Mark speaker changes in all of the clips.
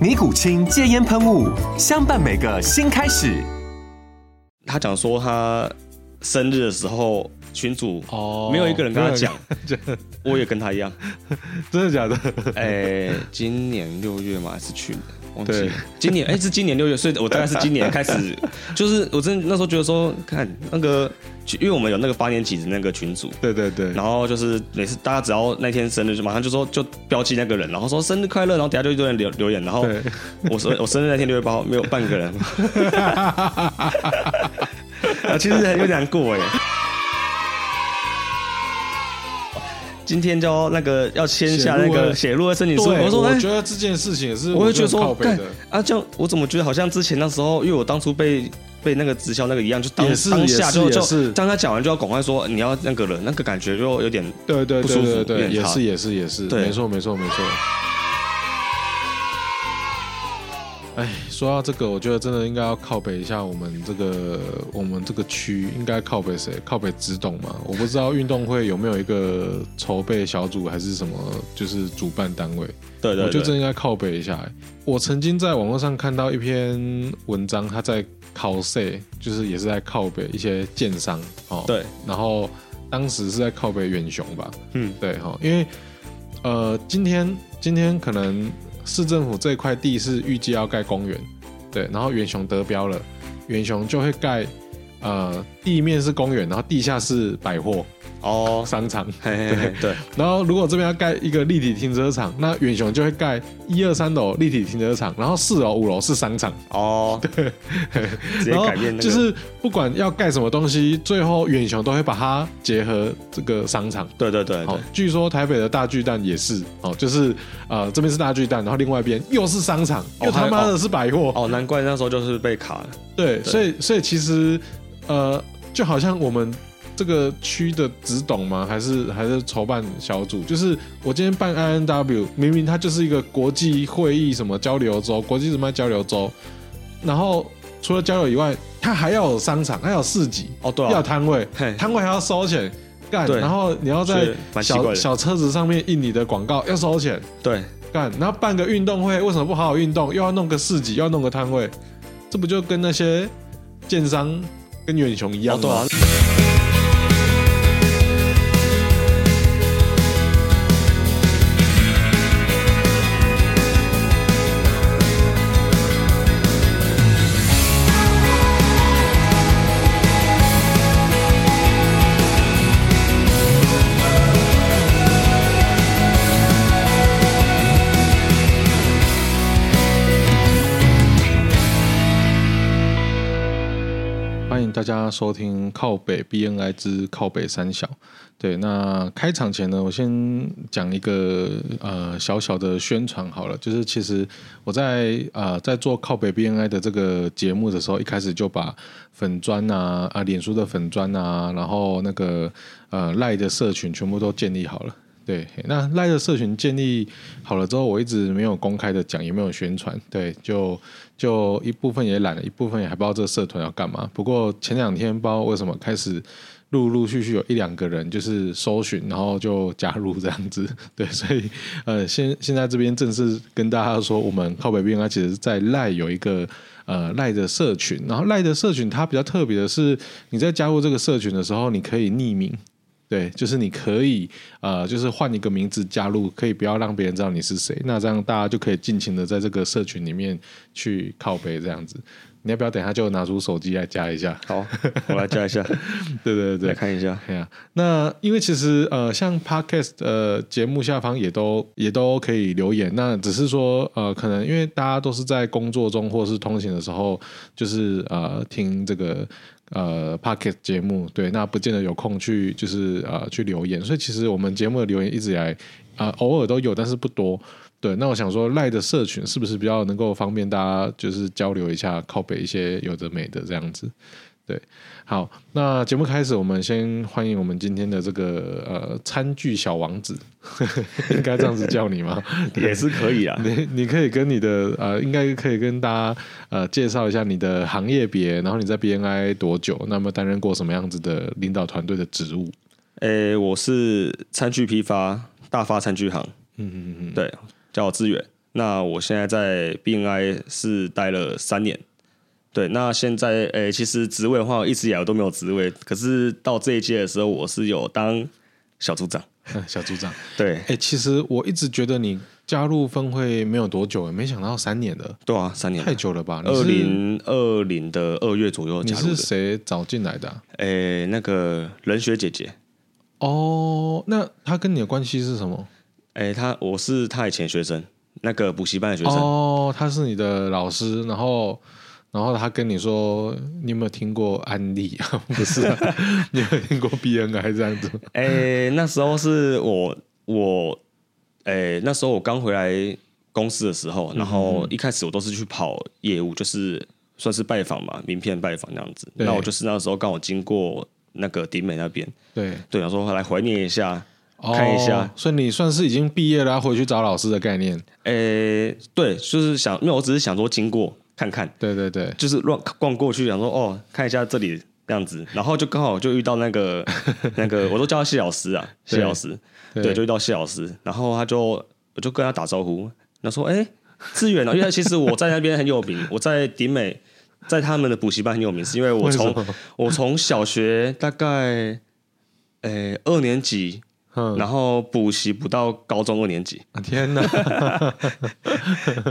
Speaker 1: 尼古清戒烟喷雾，相伴每个新开始。
Speaker 2: 他讲说他生日的时候，群主
Speaker 3: 哦
Speaker 2: 没有一个人跟他 讲，
Speaker 3: 真
Speaker 2: 我也跟他一样。
Speaker 3: 的假的？
Speaker 2: 哎，今年六月嘛，还是去年？忘记
Speaker 3: 对
Speaker 2: 了。今年哎，是今年六月，所以我大概是今年开 始，就是我真的那时候觉得说，看那个，因为我们有那个八年级的那个群组，
Speaker 3: 对对对，
Speaker 2: 然后就是每次大家只要那天生日，就马上就说就标记那个人，然后说生日快乐，然后底下就一堆人留留言，然后
Speaker 3: 对
Speaker 2: 我生我生日那天六月八号没有半个人，啊，其实很有点难过哎。今天就要那个要签下那个写入会申请书，
Speaker 3: 对，
Speaker 2: 我说
Speaker 3: 我
Speaker 2: 哎
Speaker 3: 觉得这件事情也是，
Speaker 2: 我会觉
Speaker 3: 觉
Speaker 2: 得
Speaker 3: 得
Speaker 2: 说
Speaker 3: 很靠，背
Speaker 2: 干
Speaker 3: 的。
Speaker 2: 啊，这样我怎么觉得好像之前那时候，因为我当初被被那个直销那个一样，就当
Speaker 3: 也是
Speaker 2: 当下就
Speaker 3: 也是也
Speaker 2: 就是当他讲完就要赶快说你要那个人，那个感觉就有点
Speaker 3: 对对
Speaker 2: 不舒
Speaker 3: 对
Speaker 2: 服
Speaker 3: 对
Speaker 2: 有
Speaker 3: 对，
Speaker 2: 点
Speaker 3: 也
Speaker 2: 差
Speaker 3: 是也是也是，
Speaker 2: 对
Speaker 3: 没错没错没错。哎，说到这个，我觉得真的应该要靠北一下我们这个我们这个区，应该靠北谁？靠北直董嘛？我不知道运动会有没有一个筹备小组还是什么，就是主办单位。
Speaker 2: 对对
Speaker 3: 我觉
Speaker 2: 对
Speaker 3: 得这应该靠北一下欸。我曾经在网络上看到一篇文章，他在考 C，就是也是在靠北一些建商哦。
Speaker 2: 对，
Speaker 3: 然后当时是在靠北远雄吧，
Speaker 2: 嗯，
Speaker 3: 对哈，哦因为呃，今天今天可能市政府这块地是预计要盖公园，对，然后远雄得标了，远雄就会盖呃地面是公园，然后地下是百货
Speaker 2: 哦，
Speaker 3: 商场，
Speaker 2: 嘿嘿嘿，对，
Speaker 3: 然后如果这边要盖一个立体停车场，那远雄就会盖一二三楼立体停车场，然后四楼五楼是商场，
Speaker 2: 哦，对，直接
Speaker 3: 然后
Speaker 2: 改变那个，
Speaker 3: 就是不管要盖什么东西，最后远雄都会把它结合这个商场。
Speaker 2: 对对对
Speaker 3: 好
Speaker 2: 对，，
Speaker 3: 据说台北的大巨蛋也是哦，就是呃这边是大巨蛋，然后另外一边又是商场，
Speaker 2: 哦
Speaker 3: 又他妈的是百货，
Speaker 2: 哦，难怪那时候就是被卡了，
Speaker 3: 对，
Speaker 2: 对
Speaker 3: 所以所以其实呃就好像我们这个区的直董吗？还是还是筹办小组？就是我今天办 I N W，明明它就是一个国际会议什么交流周，国际什么交流周，然后除了交流以外，它还要有商场，还有市集，
Speaker 2: 哦，对
Speaker 3: 要有
Speaker 2: 啊，
Speaker 3: 摊位，
Speaker 2: 嘿，
Speaker 3: 摊位还要收钱。干，
Speaker 2: 对
Speaker 3: 然后你要在
Speaker 2: 是蛮奇怪
Speaker 3: 小
Speaker 2: 的
Speaker 3: 小车子上面印你的广告，要收钱。
Speaker 2: 对，哦
Speaker 3: 干，然后办个运动会，为什么不好好运动？又要弄个市集，又要弄个摊位，这不就跟那些建商跟远雄一样
Speaker 2: 哦对
Speaker 3: 吗？
Speaker 2: 啊，
Speaker 3: 欢迎大家收听靠北 BNI 之靠北三小。对，那开场前呢，我先讲一个呃小小的宣传好了，就是其实我在呃在做靠北 BNI 的这个节目的时候，一开始就把粉砖啊啊脸书的粉砖啊，然后那个呃赖的社群全部都建立好了。对，那赖的社群建立好了之后，我一直没有公开的讲，也没有宣传，对，就就一部分也懒了，一部分也还不知道这个社团要干嘛。不过前两天不知道为什么开始陆陆续续有一两个人就是搜寻，然后就加入这样子，对，所以呃，现现在这边正式跟大家说，我们靠北边啊它其实在赖有一个呃赖的社群，然后赖的社群它比较特别的是，你在加入这个社群的时候，你可以匿名。对，就是你可以呃，就是换一个名字加入，可以不要让别人知道你是谁，那这样大家就可以尽情的在这个社群里面去靠背这样子。你要不要等一下就拿出手机来加一下？
Speaker 2: 好，我来加一 下，
Speaker 3: 对对对
Speaker 2: 来，看一 下。
Speaker 3: 哎呀，那因为其实呃，像 podcast 呃节目下方也都也都可以留言，那只是说呃，可能因为大家都是在工作中或是通勤的时候，就是呃听这个呃 podcast 节目，对，那不见得有空去就是呃去留言，所以其实我们节目的留言一直以来啊、呃偶尔都有，但是不多。对，那我想说赖的社群是不是比较能够方便大家就是交流一下靠北一些有的没的这样子？对，好，那节目开始，我们先欢迎我们今天的这个呃餐具小王子， 应该这样子叫你 吗？
Speaker 2: 也是可以啊，
Speaker 3: 你你可以跟你的呃，应该可以跟大家呃介绍一下你的行业别，然后你在 BNI 多久，那么担任过什么样子的领导团队的职务？
Speaker 2: 诶、我是餐具批发大发餐具行，嗯嗯嗯，对，叫我志远。那我现在在 BNI 是待了三年，对。那现在诶、其实职位的话，一直以来我都没有职位，可是到这一届的时候，我是有当小组长，
Speaker 3: 嗯 小组长，
Speaker 2: 对
Speaker 3: 哎、，其实我一直觉得你加入分会没有多久，没想到三年了，
Speaker 2: 对啊，三年
Speaker 3: 太，久了吧？你
Speaker 2: 二
Speaker 3: 是
Speaker 2: 零二零的二月左右
Speaker 3: 你
Speaker 2: 加入
Speaker 3: 是
Speaker 2: 的。
Speaker 3: 谁找进来的啊、
Speaker 2: 诶、那个冷雪姐姐，
Speaker 3: 哦，那他跟你的关系是什么？
Speaker 2: 诶、她我是她以前学生，那个补习班的学生，
Speaker 3: 哦，他是你的老师，然后然后他跟你说，你有没有听过安利 啊？不是、啊，你有没有听过 BNI 这样子？
Speaker 2: 诶、那时候是我我，诶、那时候我刚回来公司的时候，然
Speaker 3: 嗯
Speaker 2: 后一开始我都是去跑业务，就是算是拜访嘛，名片拜访那样子。
Speaker 3: 对
Speaker 2: 那我就是那时候刚好经过那个迪美那边，
Speaker 3: 对，
Speaker 2: 对，想说来怀念一下，
Speaker 3: 哦
Speaker 2: 看一下。
Speaker 3: 所以你算是已经毕业了，要回去找老师的概念。
Speaker 2: 诶、对，就是想，因为我只是想说经过看看，
Speaker 3: 对对对，
Speaker 2: 就是乱逛过去，想说哦，看一下这里这样子，然后就刚好就遇到那 个那个，我都叫他谢老师啊，谢
Speaker 3: 对
Speaker 2: 老师，
Speaker 3: 对
Speaker 2: 对，就遇到谢老师，然后他就我就跟他打招呼，他说：“哎、志远啊，因为其实我在那边很有名，我在迪美，在他们的补习班很有名，是因为我
Speaker 3: 为
Speaker 2: 从
Speaker 3: 什么
Speaker 2: 我从小学大概呃、二年级，
Speaker 3: 嗯，
Speaker 2: 然后补习补到高中二年 级，
Speaker 3: 啊天哪，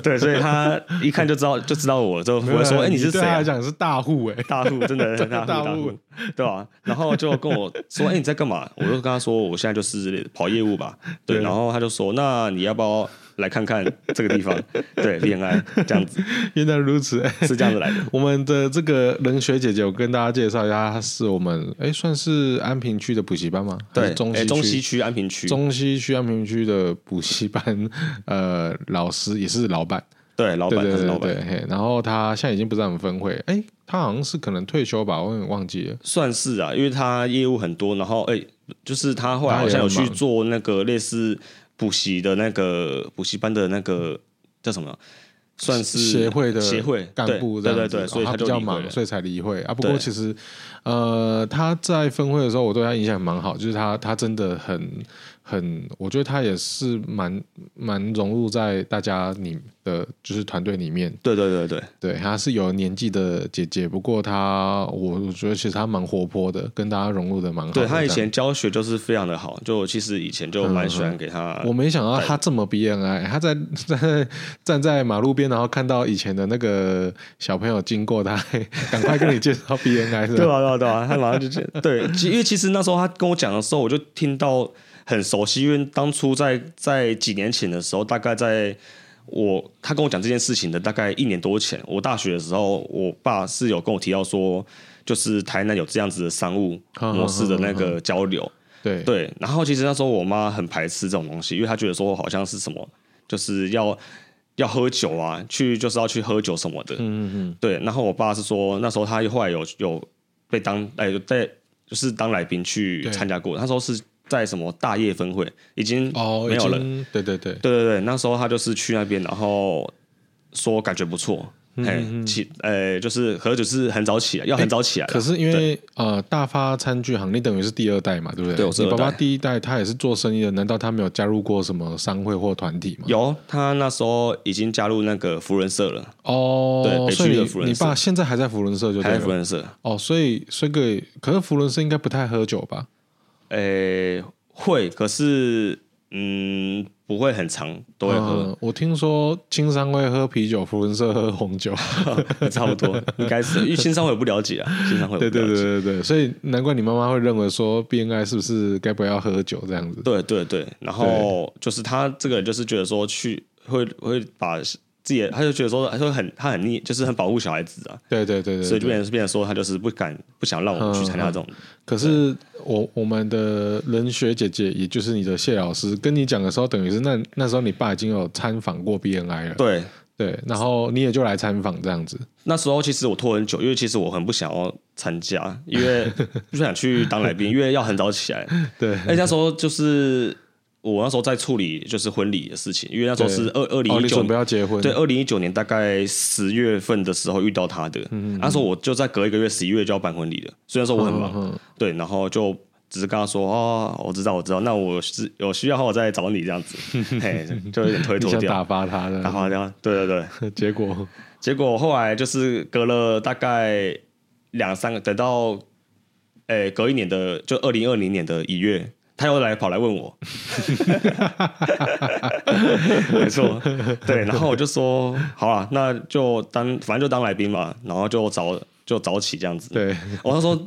Speaker 2: 对，所以他一看就知道就知道我，就
Speaker 3: 没 有
Speaker 2: 我说：哎、你是谁、
Speaker 3: 对他
Speaker 2: 啊
Speaker 3: 来？”讲是大户哎、
Speaker 2: 大户真 的很大户，
Speaker 3: 大户
Speaker 2: 大户，对吧、然后就跟我说：“哎、你在干嘛？”我就跟他说：“我现在就是跑业务吧。”对，
Speaker 3: 对
Speaker 2: 然后他就说：“那你要不要来看看这个地 方？”对，恋爱这样子
Speaker 3: 原来 如此、哎
Speaker 2: 是这样子来的。
Speaker 3: 我们的这个冷雪姐姐，我跟大家介绍一下，她是我们哎算是安平区的补习班吗？还
Speaker 2: 对，
Speaker 3: 是中
Speaker 2: 哎
Speaker 3: 西
Speaker 2: 中
Speaker 3: 区
Speaker 2: 西区安平区，
Speaker 3: 中西区安平区的补习班， 呃，老师也是老板，
Speaker 2: 对，老
Speaker 3: 对
Speaker 2: 板
Speaker 3: 对
Speaker 2: 他是
Speaker 3: 对
Speaker 2: 老
Speaker 3: 对
Speaker 2: 板，
Speaker 3: 对。嘿然后他现在已经不在我们分会，哎，他好像是可能退休吧，我有点忘记了。
Speaker 2: 算是啊，因为他业务很多，然后哎、就是他后来好像有去做那个类似补习的那个补习班的那个叫什么？算是
Speaker 3: 协会的
Speaker 2: 协会
Speaker 3: 干部这
Speaker 2: 对对
Speaker 3: 样子，
Speaker 2: 对，对所以
Speaker 3: 哦他
Speaker 2: 就
Speaker 3: 比较
Speaker 2: 离会
Speaker 3: 忙，
Speaker 2: 了
Speaker 3: 所以才离会啊。不过
Speaker 2: 对
Speaker 3: 其实，呃，他在分会的时候，我对他影响蛮好，就是他他真的很很，我觉得他也是蛮蛮融入在大家你的就是团队里面，
Speaker 2: 对对对对。
Speaker 3: 对，她是有年纪的姐姐，不过她，我我觉得其实她蛮活泼的，跟大家融入的蛮好的
Speaker 2: 对他以
Speaker 3: 这样嗯
Speaker 2: 前教学就是非常的好，就我其实以前就蛮喜欢给他。
Speaker 3: 我没想到她这么 BNI，她在在站在马路边，然后看到以前的那个小朋友经过她， 赶快跟你介绍 BNI 是
Speaker 2: 对
Speaker 3: 吧？
Speaker 2: 啊，对啊，对啊，他马上就这样对，其因为其实那时候他跟我讲的时候，我就听到很熟悉，因为当初在在几年前的时候，大概在我他跟我讲这件事情的大概一年多前，我大学的时候，我爸是有跟我提到说，就是台南有这样子的商务
Speaker 3: 嗯
Speaker 2: 模式的那个交流，
Speaker 3: 对对
Speaker 2: 对，然后其实那时候我妈很排斥这种东西，因为她觉得说好像是什么，就是要要喝酒啊，去就是要去喝酒什么的。嗯嗯。对，然后我爸是说那时候他后来有有被当哎有被就是当来宾去
Speaker 3: 对
Speaker 2: 参加过，那时候是在什么大业分会已经
Speaker 3: 哦，
Speaker 2: 没有了。
Speaker 3: 已经，对对对，
Speaker 2: 对对对，那时候他就是去那边，然后说感觉不错。
Speaker 3: 嗯
Speaker 2: 哎，起，呃，就是喝酒是很早起来，要很早起啊来啦。
Speaker 3: 可是因为呃，大发餐具行，你等于是第二代嘛，对不对？
Speaker 2: 对我是
Speaker 3: 你爸
Speaker 2: 二
Speaker 3: 爸
Speaker 2: 代
Speaker 3: 第一代他也是做生意的，难道他没有加入过什么商会或团体吗？
Speaker 2: 有他那时候已经加入那个福人社了，
Speaker 3: 哦，
Speaker 2: 对北
Speaker 3: 所
Speaker 2: 区
Speaker 3: 以
Speaker 2: 的
Speaker 3: 你
Speaker 2: 福伦
Speaker 3: 你
Speaker 2: 社
Speaker 3: 爸现在还在福伦社就
Speaker 2: 还
Speaker 3: 对
Speaker 2: 在福
Speaker 3: 了。
Speaker 2: 人社。
Speaker 3: 哦，所以所以可以可是福伦社应该不太喝酒吧？
Speaker 2: 诶、会，可是嗯，不会很长，都会喝，
Speaker 3: 呃我听说青商会喝啤酒，福伦社喝红 酒。
Speaker 2: 差不多，应该是，因为新商会我不了解啊，新商会我不
Speaker 3: 对
Speaker 2: 了解
Speaker 3: 对对对对，所以难怪你妈妈会认为说 BNI 是不是该不要喝酒这样子？
Speaker 2: 对对对，然后就是他这个人就是觉得说去会会把自己的，他就觉得说他会很他很腻，就是很保护小孩子啊，
Speaker 3: 对对对对
Speaker 2: 所
Speaker 3: 对嗯
Speaker 2: 以就变成变成说他就是不敢不想让我去参加这种，
Speaker 3: 可是我我们的任学姐姐，也就是你的谢老师，跟你讲的时候，等于是那那时候你爸已经有参访过 BNI 了，
Speaker 2: 对。
Speaker 3: 对，然后你也就来参访这样子，
Speaker 2: 那时候其实我拖很久，因为其实我很不想要参加，因为 不想去当来宾，因为要很早起来。
Speaker 3: 对，
Speaker 2: 而且那时候就是我那时候在处理就是婚礼的事情，因为那时候是二二零
Speaker 3: 哦，
Speaker 2: 一
Speaker 3: 你
Speaker 2: 九
Speaker 3: 准备要结婚，
Speaker 2: 对，二零一九年大概十月份的时候遇到他的，
Speaker 3: 嗯
Speaker 2: 那时候我就在隔一个月十一月就要办婚礼了，虽然说我很
Speaker 3: 嗯
Speaker 2: 忙，对，然后就只是跟他说哦，我知道我知道，那我是有需要的话我再找你这样子，嘿，就有点推
Speaker 3: 你
Speaker 2: 脱
Speaker 3: 想
Speaker 2: 掉
Speaker 3: 打，发他的，
Speaker 2: 打发掉，对对对，
Speaker 3: 结果
Speaker 2: 结果后来就是隔了大概两三个，等到诶、隔一年的就二零二零年的一月，他又来跑来问我， 没错，对，然后我就说好啊，那就当反正就当来宾嘛，然后就早就早起这样子。
Speaker 3: 对，
Speaker 2: 我那时候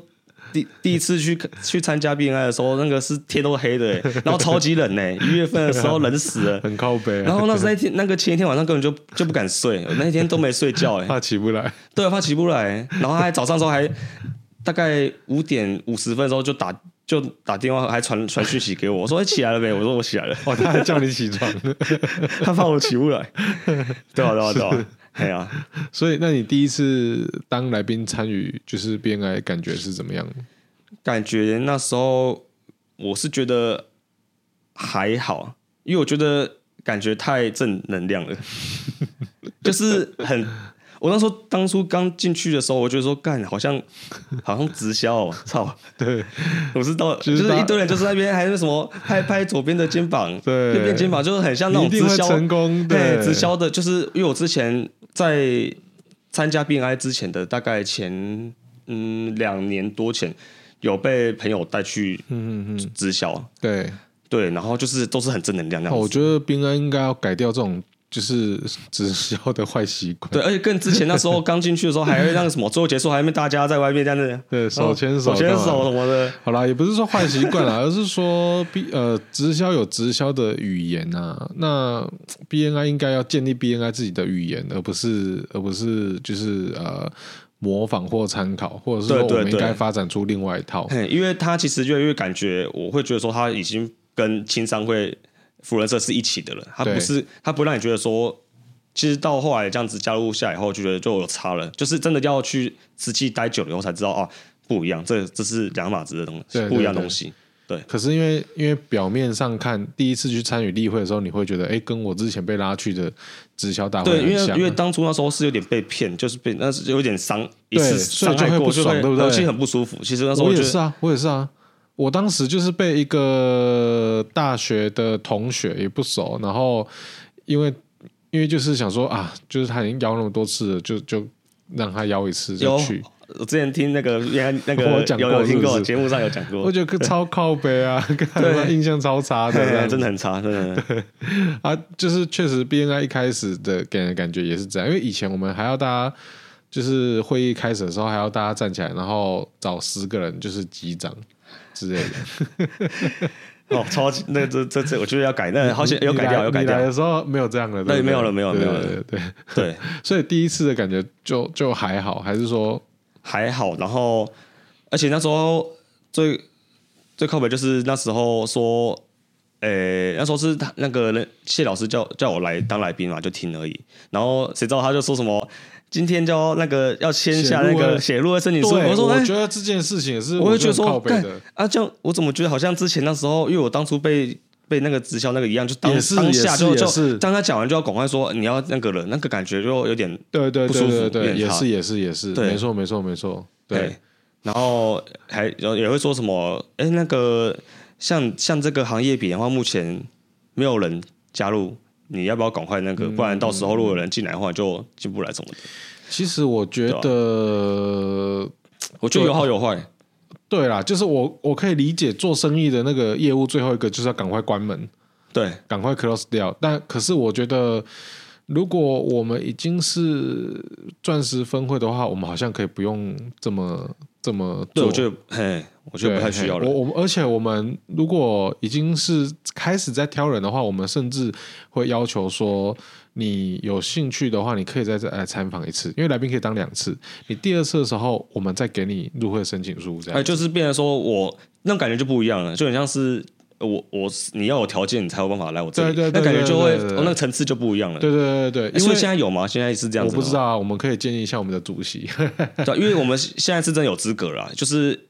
Speaker 2: 第第一次去去参加 B N I 的时候，那个是天都黑的、欸，然后超级冷呢、一月份的时候冷死了。
Speaker 3: 很靠背、啊，
Speaker 2: 然后那那一天那个前一天晚上根本就就不敢睡，我那一天都没睡觉哎、
Speaker 3: 怕起不 来，
Speaker 2: 对，怕起不来，然后他还早上的时候还大概五点五十分的时候就打就打电话还传传讯息给我，我说、哎起来了没？我说我起来了，
Speaker 3: 哦，他还叫你起床，
Speaker 2: 他怕我起不来， 对啊对啊对啊，哎呀、啊，
Speaker 3: 所以那你第一次当来宾参与就是 BNI 感觉是怎么样？
Speaker 2: 感觉那时候我是觉得还好，因为我觉得感觉太正能量了， 就是很。我那时候当初刚进去的时候，我觉得说干好像好像直销、哦，操！
Speaker 3: 对，
Speaker 2: 我知道，
Speaker 3: 就
Speaker 2: 就是是
Speaker 3: 大
Speaker 2: 一堆人就是在那边还是什么拍拍左边的肩膀，
Speaker 3: 对
Speaker 2: 右边肩膀，就是很像那
Speaker 3: 你一
Speaker 2: 种
Speaker 3: 定
Speaker 2: 直
Speaker 3: 会
Speaker 2: 销
Speaker 3: 成功
Speaker 2: 对
Speaker 3: 的，
Speaker 2: 直销的，就是因为我之前在参加 BNI 之前的大概前嗯两年多前，有被朋友带去
Speaker 3: 嗯嗯嗯，
Speaker 2: 直销，
Speaker 3: 对。
Speaker 2: 对，然后就是都是很正能量那
Speaker 3: 哦，
Speaker 2: 样
Speaker 3: 我
Speaker 2: 子。
Speaker 3: 觉得冰安应该要改掉这种就是直销的坏习惯。
Speaker 2: 对，而且更之前那时候刚进去的时候，还会让什么最后结束，还会大家在外面这样子，
Speaker 3: 对手牵手
Speaker 2: 哦手牵
Speaker 3: 干嘛
Speaker 2: 手什么的，
Speaker 3: 好啦，也不是说坏习 惯啦，而是说 B 呃直销有直销的语言啊，那 BNI 应该要建立 BNI 自己的语言，而不是而不是就是呃模仿或参考，或者是说
Speaker 2: 对对
Speaker 3: 我们应该
Speaker 2: 对
Speaker 3: 发展出另外一套。
Speaker 2: 嘿，因为他其实越来越感觉，我会觉得说他已经跟青商会、福人社是一起的了，他
Speaker 3: 对
Speaker 2: 不是他不让你觉得说，其实到后来这样子加入下来以后，就觉得就有差了，就是真的要去实际待久了以后才知道啊，不一样，这这是两码子的东西
Speaker 3: 对，
Speaker 2: 不一样
Speaker 3: 对
Speaker 2: 东西。
Speaker 3: 可是因为因为表面上看，第一次去参与例会的时候，你会觉得，哎、跟我之前被拉去的直销大会
Speaker 2: 对，因
Speaker 3: 很
Speaker 2: 为
Speaker 3: 像啊
Speaker 2: 因为当初那时候是有点被骗，就是被那是有点伤一
Speaker 3: 对
Speaker 2: 次
Speaker 3: 所以
Speaker 2: 伤
Speaker 3: 就
Speaker 2: 害
Speaker 3: 会
Speaker 2: 过，
Speaker 3: 不爽对不对
Speaker 2: 而且很不舒服。其实那时候
Speaker 3: 我也
Speaker 2: 觉
Speaker 3: 是
Speaker 2: 得，
Speaker 3: 啊，我也是啊。我当时就是被一个大学的同学也不熟，然后因为因为就是想说啊，就是他已经邀那么多次了，就就让他邀一次就
Speaker 2: 有
Speaker 3: 去，
Speaker 2: 哦我之前听那个原来那
Speaker 3: 我
Speaker 2: 个
Speaker 3: 讲
Speaker 2: 有
Speaker 3: 过
Speaker 2: 有听
Speaker 3: 是不
Speaker 2: 过
Speaker 3: 是
Speaker 2: 节目上有讲
Speaker 3: 我
Speaker 2: 过，
Speaker 3: 觉得超靠背 啊，跟他妈印象超差的这样
Speaker 2: 嘿
Speaker 3: 子，
Speaker 2: 啊真的很差，真的。
Speaker 3: 啊，就是确实 BNI 一开始的给人的感觉也是这样，因为以前我们还要大家就是会议开始的时候还要大家站起来，然后找十个人就是击掌之类的。
Speaker 2: 哦，超级那这这这，我觉得要改，那好险
Speaker 3: 你
Speaker 2: 有改掉，
Speaker 3: 来
Speaker 2: 有改
Speaker 3: 你来
Speaker 2: 掉
Speaker 3: 的，时候没有这样了，
Speaker 2: 对
Speaker 3: 不
Speaker 2: 没有了没有了没
Speaker 3: 对
Speaker 2: 有了
Speaker 3: 对对对，
Speaker 2: 对，
Speaker 3: 所以第一次的感觉就就还好，还是说
Speaker 2: 还好。然后，而且那时候最最靠北就是那时候说，呃、那时候是他那个人谢老师叫叫我来当来宾嘛，就听而已。然后谁知道他就说什么，今天叫那个要签下那个写入会申请书，
Speaker 3: 对
Speaker 2: 我说哎。
Speaker 3: 觉得这件事情也是
Speaker 2: 我会觉
Speaker 3: 觉
Speaker 2: 得
Speaker 3: 得很
Speaker 2: 说，
Speaker 3: 靠背
Speaker 2: 干
Speaker 3: 的，
Speaker 2: 啊，这样我怎么觉得好像之前那时候，因为我当初被被那个直销那个一样，就当
Speaker 3: 也是
Speaker 2: 当下就
Speaker 3: 也是也是
Speaker 2: 就当他讲完就要赶快说你要那个了，那个感觉就有点
Speaker 3: 对对
Speaker 2: 不
Speaker 3: 对
Speaker 2: 舒
Speaker 3: 对
Speaker 2: 服
Speaker 3: 对，
Speaker 2: 有点
Speaker 3: 也
Speaker 2: 差
Speaker 3: 是也是也是，
Speaker 2: 对哎
Speaker 3: 没错没错没错，对
Speaker 2: 对，然后还有也会说什么，哎，那个像像这个行业比的话，目前没有人加入，你要不要赶快那个？不然到时候如果有人进来的话，就进不来什么的。
Speaker 3: 其实我觉
Speaker 2: 啊
Speaker 3: 得。
Speaker 2: 我觉得有好有坏，
Speaker 3: 对啦，就是我我可以理解做生意的那个业务最后一个就是要赶快关门，
Speaker 2: 对，
Speaker 3: 赶快 close 掉。但可是我觉得，如果我们已经是钻石分会的话，我们好像可以不用这么这么
Speaker 2: 对
Speaker 3: 做。
Speaker 2: 我觉得，嘿，我觉得不太需要
Speaker 3: 对嘿
Speaker 2: 了。
Speaker 3: 我我们而且我们如果已经是开始在挑人的话，我们甚至会要求说，你有兴趣的话，你可以再再来参访一次，因为来宾可以当两次。你第二次的时候，我们再给你入会申请书，这样。
Speaker 2: 哎，就是变成说我那种感觉就不一样了，就很像是呃我我是你要有条件，你才有办法来我这里，
Speaker 3: 对对对
Speaker 2: 那感觉就会
Speaker 3: 对对对
Speaker 2: 哦那个层次就不一样了。
Speaker 3: 对对对
Speaker 2: 哎，
Speaker 3: 对，因
Speaker 2: 因
Speaker 3: 为
Speaker 2: 为现在有吗？现在是这样
Speaker 3: 我
Speaker 2: 子，
Speaker 3: 不知。道啊，我们可以建议一下我们的主席。
Speaker 2: 对啊，因为我们现在是真的有资格了啊，就是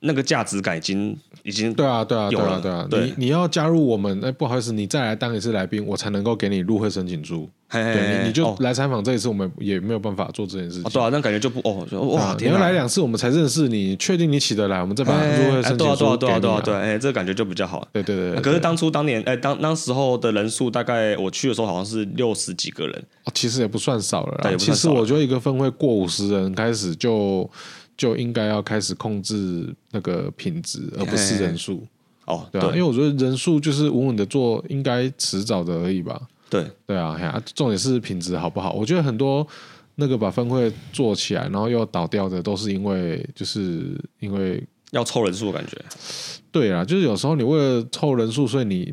Speaker 2: 那个价值感已经已经
Speaker 3: 对啊，对啊，
Speaker 2: 有
Speaker 3: 对啊，
Speaker 2: 了
Speaker 3: 对啊，
Speaker 2: 对
Speaker 3: 你你要加入我们，哎，不好意思，你再来当一次来宾，我才能够给你入会申请书。
Speaker 2: 嘿嘿
Speaker 3: 对，
Speaker 2: 嘿
Speaker 3: 你你就
Speaker 2: 哦
Speaker 3: 来参访这一次，我们也没有办法做这件事
Speaker 2: 哦
Speaker 3: 情。
Speaker 2: 对啊，那感觉就不哦就
Speaker 3: 对啊
Speaker 2: 哇，
Speaker 3: 你
Speaker 2: 天
Speaker 3: 要
Speaker 2: 啊
Speaker 3: 来两次，我们才认识你，确定你起得来，我们再把入
Speaker 2: 哎
Speaker 3: 会
Speaker 2: 哎对
Speaker 3: 申
Speaker 2: 啊
Speaker 3: 请
Speaker 2: 对啊
Speaker 3: 书给
Speaker 2: 对啊
Speaker 3: 你
Speaker 2: 对啊
Speaker 3: 啊。
Speaker 2: 对啊，哎，这个感觉就比较好。
Speaker 3: 对对对，
Speaker 2: 可是
Speaker 3: 对
Speaker 2: 当初当年，哎，当当时候的人数大概我去的时候好像是六十几个人，
Speaker 3: 哦其实也不算少了
Speaker 2: 对
Speaker 3: 啦。
Speaker 2: 也不
Speaker 3: 其
Speaker 2: 算
Speaker 3: 实
Speaker 2: 少了
Speaker 3: 我觉得一个分会过五十人开始就就应该要开始控制那个品质，而不
Speaker 2: 哎
Speaker 3: 是人数，
Speaker 2: 哦，
Speaker 3: 对啊，因为我觉得人数就是稳稳的做，应该迟早的而已吧。
Speaker 2: 对，
Speaker 3: 对啊，嘿啊，重点是品质好不好？我觉得很多那个把分会做起来，然后又倒掉的，都是因为就是因为
Speaker 2: 要凑人数的感觉，
Speaker 3: 对啊，就是有时候你为了凑人数，所以你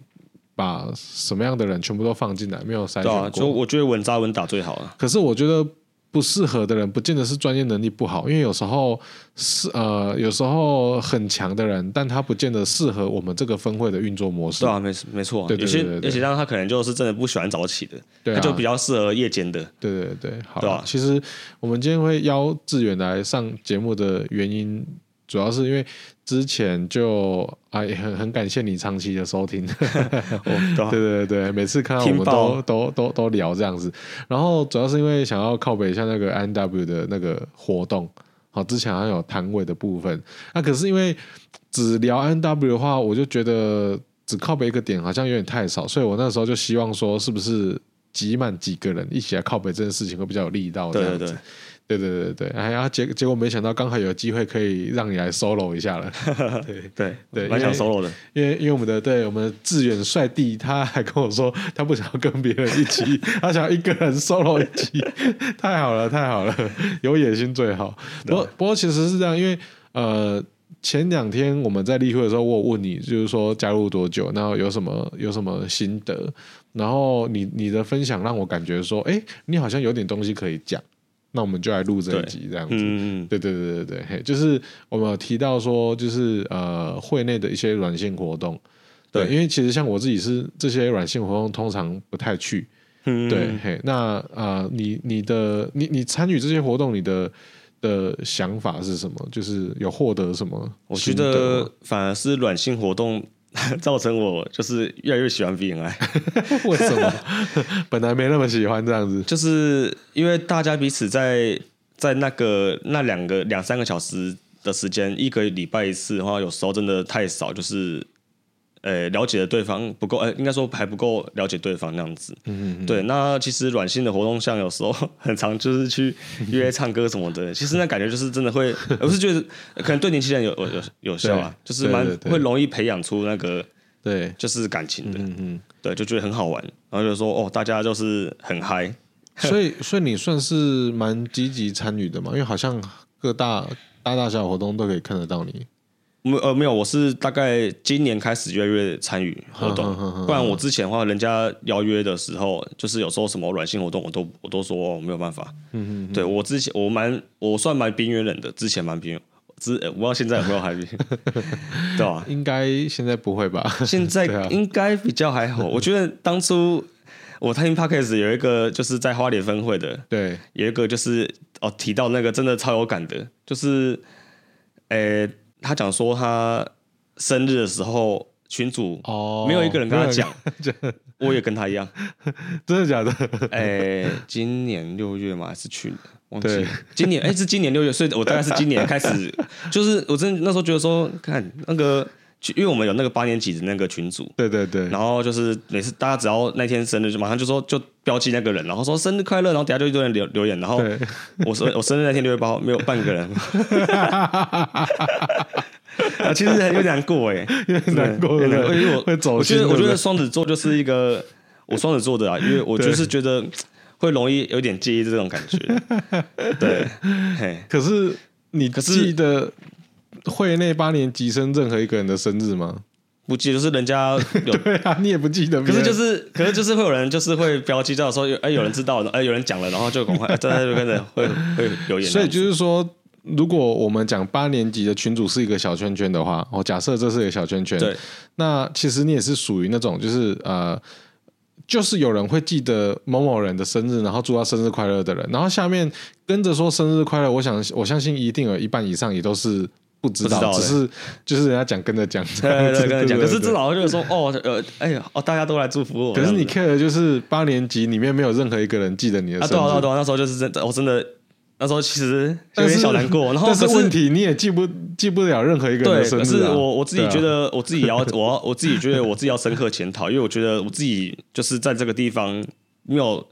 Speaker 3: 把什么样的人全部都放进来，没有筛
Speaker 2: 对啊，
Speaker 3: 选
Speaker 2: 就
Speaker 3: 过。
Speaker 2: 我觉得稳扎稳打最好啊了。
Speaker 3: 可是我觉得不适合的人，不见得是专业能力不好，因为有时候是呃，有时候很强的人，但他不见得适合我们这个分会的运作模式
Speaker 2: 对。啊，没错没错啊，
Speaker 3: 对对
Speaker 2: 有些
Speaker 3: 对对对
Speaker 2: 而且让他可能就是真的不喜欢早起的，
Speaker 3: 对啊
Speaker 2: 他就比较适合夜间 的。
Speaker 3: 对对对，好
Speaker 2: 对
Speaker 3: 啦、
Speaker 2: 啊
Speaker 3: 其实我们今天会邀志远来上节目的原因，主要是因为之前就啊也很很感谢你长期的收听，
Speaker 2: 哦， 对啊
Speaker 3: 对对对，每次看到我们
Speaker 2: 听爆
Speaker 3: 都都都都聊这样子，然后主要是因为想要靠北一下那个 N W 的那个活动，好，之前好像有摊位的部分，那可是因为只聊 N W 的话，我就觉得只靠北一个点好像有点太少，所以我那时候就希望说，是不是挤满几个人一起来靠北这件事情会比较有力道，
Speaker 2: 对
Speaker 3: 这样
Speaker 2: 对
Speaker 3: 子
Speaker 2: 对，
Speaker 3: 对对对对，哎呀，结结果没想到刚好有机会可以让你来 solo 一下了。
Speaker 2: 对
Speaker 3: 对
Speaker 2: 蛮
Speaker 3: 因
Speaker 2: 想
Speaker 3: 为
Speaker 2: solo 的。
Speaker 3: 因为因为我们的对我们的志远帅弟，他还跟我说他不想要跟别人一起， 他想要一个人 solo 一起， 太好了太好了， 有野心最好。不过不过其实是这样，因为呃前两天我们在例会的时候，我有问你就是说加入多久，然后有什么有什么心得，然后你你的分享让我感觉说，哎，你好像有点东西可以讲，那我们就来录这一
Speaker 2: 对
Speaker 3: 集这样子。
Speaker 2: 嗯，嗯
Speaker 3: 对对对对对，嘿，就是我们有提到说，就是呃，会内的一些软性活动，对，
Speaker 2: 对
Speaker 3: 因为其实像我自己是这些软性活动通常不太去，
Speaker 2: 嗯，
Speaker 3: 对，
Speaker 2: 嗯
Speaker 3: 嘿，那呃，你你的你你参与这些活动，你的的想法是什么？就是有获得什么
Speaker 2: 我觉
Speaker 3: 心得吗？
Speaker 2: 得反而是软性活动 造成我就是越来越喜欢 BNI，
Speaker 3: 为什么 本来没那么喜欢这样子？
Speaker 2: 就是因为大家彼此在在那个那两个两三个小时的时间，一个礼拜一次的话，有时候真的太少，就是。呃，了解的对方不够，呃，应该说还不够了解对方那样子。
Speaker 3: 嗯嗯嗯，
Speaker 2: 对，那其实软性的活动，像有时候很常就是去约唱歌什么 的，其实那感觉就是真的会，而不是觉得可能对年轻人有有有有效啊，
Speaker 3: 对
Speaker 2: 就是蛮
Speaker 3: 对对对
Speaker 2: 会容易培养出那个
Speaker 3: 对，
Speaker 2: 就是感情的，
Speaker 3: 嗯嗯。
Speaker 2: 对，就觉得很好玩，然后就说哦，大家就是很嗨，
Speaker 3: 所以，所以你算是蛮积极参与的嘛？因为好像各大大大小小活动都可以看得到你。
Speaker 2: 没呃没有，我是大概今年开始越来越参与活
Speaker 3: 哼
Speaker 2: 动
Speaker 3: 哼哼，哼
Speaker 2: 不然我之前的话，人家邀约的时候，就是有时候什么软性活动，我都我都说哦没有办法。嗯嗯，对我之前我蛮我算蛮边缘人的，之前蛮边缘，之呃我不知道现在有没有还边缘， 对吧、
Speaker 3: 应该现在不会吧？
Speaker 2: 现在
Speaker 3: 对啊
Speaker 2: 应该比较还好，我觉得当初我听 podcast 有一个就是在花莲分会的，
Speaker 3: 对，
Speaker 2: 有一个就是哦提到那个真的超有感的，就是，诶、他讲说他生日的时候群主
Speaker 3: 哦
Speaker 2: 没有一个人跟他
Speaker 3: 没有人
Speaker 2: 讲，我也跟他一 样，
Speaker 3: 真的假的？
Speaker 2: 诶、今年六月嘛还是去年忘记
Speaker 3: 对
Speaker 2: 了，今年诶、是今年六月，所以我大概是今年开 始，就是我真的那时候觉得说，看那个，因为我们有那个八年级的那个群组，
Speaker 3: 对对对，
Speaker 2: 然后就是每次大家只要那天生日，就马上就说就标记那个人，然后说生日快乐，然后底下就一堆人留留言，然后
Speaker 3: 对
Speaker 2: 我生我生日那天六月八号没有半个人， 啊，其实很有点难过哎，
Speaker 3: 有点难过
Speaker 2: 对有点难过因为我
Speaker 3: 会走
Speaker 2: 我觉
Speaker 3: 心
Speaker 2: 得我觉
Speaker 3: 对不
Speaker 2: 得
Speaker 3: 对
Speaker 2: 双子座就是一个我双子座的啊，因为我就是觉得会容易有点介意这种感觉，对，嘿，
Speaker 3: 可是你
Speaker 2: 是
Speaker 3: 记得会内八年级生任何一个人的生日吗？
Speaker 2: 不记得就是人家有
Speaker 3: 对啊，你也不记得。
Speaker 2: 可是
Speaker 3: 别人
Speaker 2: 就是，可是就是会有人就是会标记到说，有哎、有人知道了，哎、有人讲了，然后就赶快，哎大家就跟着会会留言。啊
Speaker 3: 所以就是说，如果我们讲八年级的群主是一个小圈圈的话，哦，假设这是一个小圈圈，
Speaker 2: 对，
Speaker 3: 那其实你也是属于那种就是呃。就是有人会记得某某人的生日，然后祝他生日快乐的人，然后下面跟着说生日快乐，我想我相信一定有一半以上也都是不
Speaker 2: 不
Speaker 3: 知道，
Speaker 2: 知道的
Speaker 3: 只是就是人家讲跟着讲，
Speaker 2: 对对对，跟 着讲。可是
Speaker 3: 这
Speaker 2: 至少就是说，哦，呃，哎呀，哦，大家都来祝福我。
Speaker 3: 可是你
Speaker 2: 这样
Speaker 3: care 的就是八年级里面没有任何一个人记得你的
Speaker 2: 子啊，
Speaker 3: 生日，
Speaker 2: 对啊对啊对啊，那时候就是真的，我真的那时候其实有
Speaker 3: 但是
Speaker 2: 点小难过。然后
Speaker 3: 但
Speaker 2: 可
Speaker 3: 是
Speaker 2: 是
Speaker 3: 问题你也记不记不了任何一个人
Speaker 2: 对
Speaker 3: 的，生日、
Speaker 2: 可
Speaker 3: 啊。
Speaker 2: 是我我自己
Speaker 3: 对啊
Speaker 2: 觉得，我自己要，我要我自己觉得我自己要深刻检讨，因为我觉得我自己就是在这个地方没有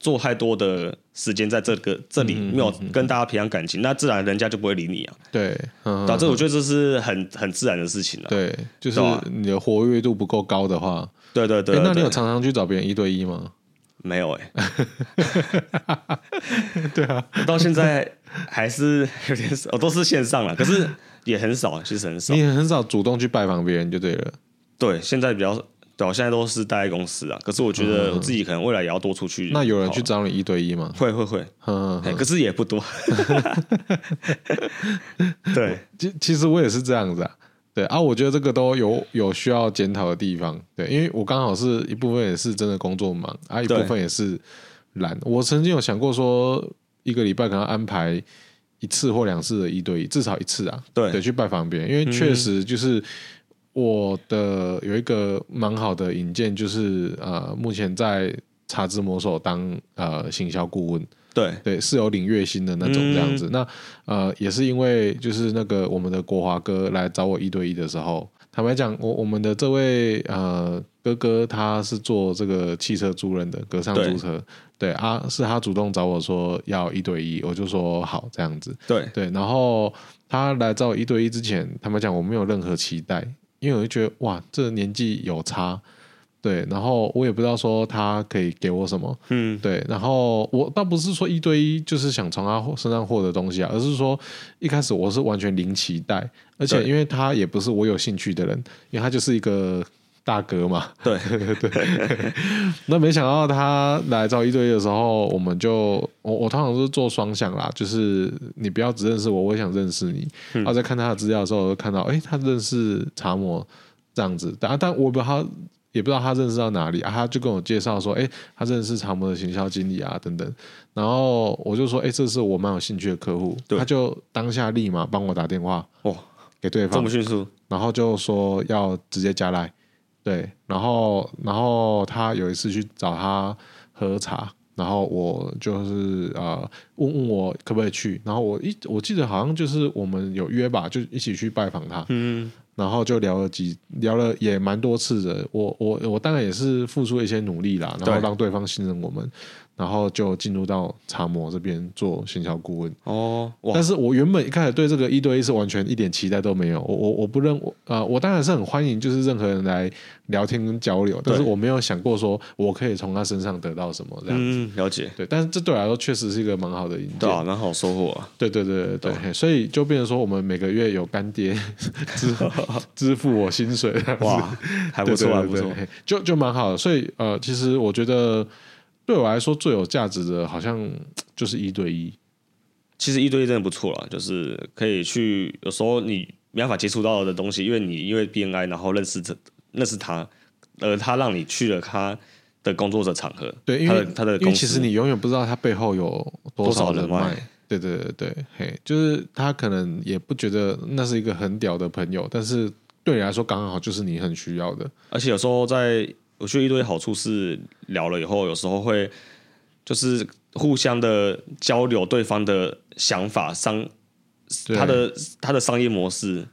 Speaker 2: 做太多的时间在这个这
Speaker 3: 嗯
Speaker 2: 里，没有跟大家培养感情，那自然人家就不会理你啊。
Speaker 3: 对，嗯，
Speaker 2: 导致我觉得这是很很自然的事情了。
Speaker 3: 对，就是
Speaker 2: 对啊
Speaker 3: 你的活跃度不够高的话，
Speaker 2: 对对对啊对
Speaker 3: 诶哎那你有
Speaker 2: 对
Speaker 3: 常常去找别人一对一吗？
Speaker 2: 没有哎、
Speaker 3: 对啊，
Speaker 2: 我到现在还是 有点少，我哦都是线上了，可是也很少，其实很少
Speaker 3: 你。也很少主动去拜访别人就对了。
Speaker 2: 对，现在比较对，我现在都是待在公司啊，可是我觉得我自己可能未来也要多出去。
Speaker 3: 嗯那有人去？找你一对一吗？
Speaker 2: 会会会，
Speaker 3: 嗯，
Speaker 2: 哎可是也不 多。对，
Speaker 3: 其其实我也是这样子啊。对啊，我觉得这个都有有需要检讨的地方。对，因为我刚好是一部分也是真的工作忙啊，一部
Speaker 2: 对
Speaker 3: 分也是懒。我曾经有想过说，一个礼拜可能要安排一次或两次的一对一，至少一次啊。
Speaker 2: 对嗯
Speaker 3: 去拜访别人，因为确实就是我的有一个蛮好的引荐，就是呃，目前在茶之魔手当呃行销顾问。
Speaker 2: 对，
Speaker 3: 对，是有领月薪的那种这样
Speaker 2: 嗯
Speaker 3: 子。那呃，也是因为就是那个我们的国华哥来找我一对一的时候，坦白讲，我我们的这位呃哥哥他是做这个汽车租赁的，隔上
Speaker 2: 对
Speaker 3: 租车，对啊，是他主动找我说要一对一，我就说好这样子。
Speaker 2: 对，
Speaker 3: 对，然后他来找我一对一之前，坦白讲我没有任何期待，因为我就觉得哇，这年纪有差。对，然后我也不知道说他可以给我什么，
Speaker 2: 嗯，
Speaker 3: 对，然后我倒不是说一对一就是想从他身上获得东西啊，而是说一开始我是完全零期待，而且
Speaker 2: 对
Speaker 3: 因为他也不是我有兴趣的人，因为他就是一个大哥嘛，
Speaker 2: 对，
Speaker 3: 那没想到他来找一对一的时候，我们就我我通常是做双向啦，就是你不要只认识我，我也想认识你。
Speaker 2: 嗯
Speaker 3: 然后在看他的资料的时候，我就看到哎、诶他认识茶魔这样子，但但我不知道他也不知道他认识到哪里啊，他就跟我介绍说，哎、他认识茶魔的行销经理啊等等。然后我就说，哎、这是我蛮有兴趣的客户，
Speaker 2: 对
Speaker 3: 他就当下立马帮我打电话
Speaker 2: 哇，
Speaker 3: 给对
Speaker 2: 这
Speaker 3: 方
Speaker 2: 么，迅速，
Speaker 3: 然后就说要直接加赖，对，然后然后他有一次去找他喝茶，然后我就是呃问问我可不可以去，然后我一我记得好像就是我们有约吧，就一起去拜访他，
Speaker 2: 嗯，
Speaker 3: 然后就聊了几聊了也蛮多次的，我我我当然也是付出一些努力啦，然后
Speaker 2: 对
Speaker 3: 让对方信任我们，然后就进入到茶魔这边做行销顾问。
Speaker 2: 哦，哇
Speaker 3: 但，是我原本一开始对这个一对一是完全一点期待都没有，我我我不认我呃，我当然是很欢迎就是任何人来聊天跟交流，但是我没有想过说我可以从他身上得到什么这样。
Speaker 2: 嗯，了解，
Speaker 3: 对，但是这对我来说确实是一个蛮好的引
Speaker 2: 对啊，
Speaker 3: 荐。
Speaker 2: 蛮好收获啊，
Speaker 3: 对对对对对嘿所以就变成说我们每个月有干爹 支支付我薪水，
Speaker 2: 哇， 还不错，还
Speaker 3: 对
Speaker 2: 不
Speaker 3: 对对
Speaker 2: 错
Speaker 3: 对，嘿就就蛮好的。所以呃，其实我觉得对我来说最有价值的，好像就是一对一。
Speaker 2: 其实一对一真的不错啦，就是可以去，有时候你没办法接触到的东西，因为你因为 BNI 然后认识这认识他，呃，他让你去了他的工作者场合，
Speaker 3: 对，因
Speaker 2: 他
Speaker 3: 为
Speaker 2: 的他的
Speaker 3: 因为
Speaker 2: 公司，
Speaker 3: 其实你永远不知道他背后有多少人
Speaker 2: 多少人
Speaker 3: 脉。对对对对，嘿，就是他可能也不觉得那是一个很屌的朋友，但是对你来说刚好就是你很需要的。
Speaker 2: 而且有时候在我觉得一对一好处是聊了以后，有时候会就是互相的交流对方的想法商
Speaker 3: 对啊
Speaker 2: 他的他的商业模式，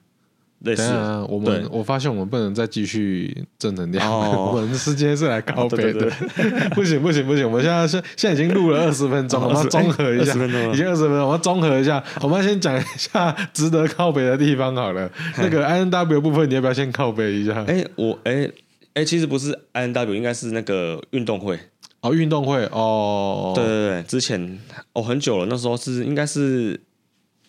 Speaker 2: 类似
Speaker 3: 等一下，我
Speaker 2: 对
Speaker 3: 们我发现我们不能再继续正能量了，
Speaker 2: 哦 啊
Speaker 3: 我们是今天是来 告
Speaker 2: 对
Speaker 3: 别
Speaker 2: 对
Speaker 3: 的， 不行不行不行，我们现在是现在已经录了二十分
Speaker 2: 哦
Speaker 3: 钟，我们要综合一下，
Speaker 2: 哎20分钟了
Speaker 3: 已经二十分钟，我们要综合一下，我们要先讲一下值得靠北的地方好了。 那个 I N W 部分，你要不要先靠北一下？
Speaker 2: 哎、我哎哎、其实不是 I N W，应该是那个运动会。
Speaker 3: 哦，运动会哦，
Speaker 2: 对对对，之前哦很久了，那时候是应该是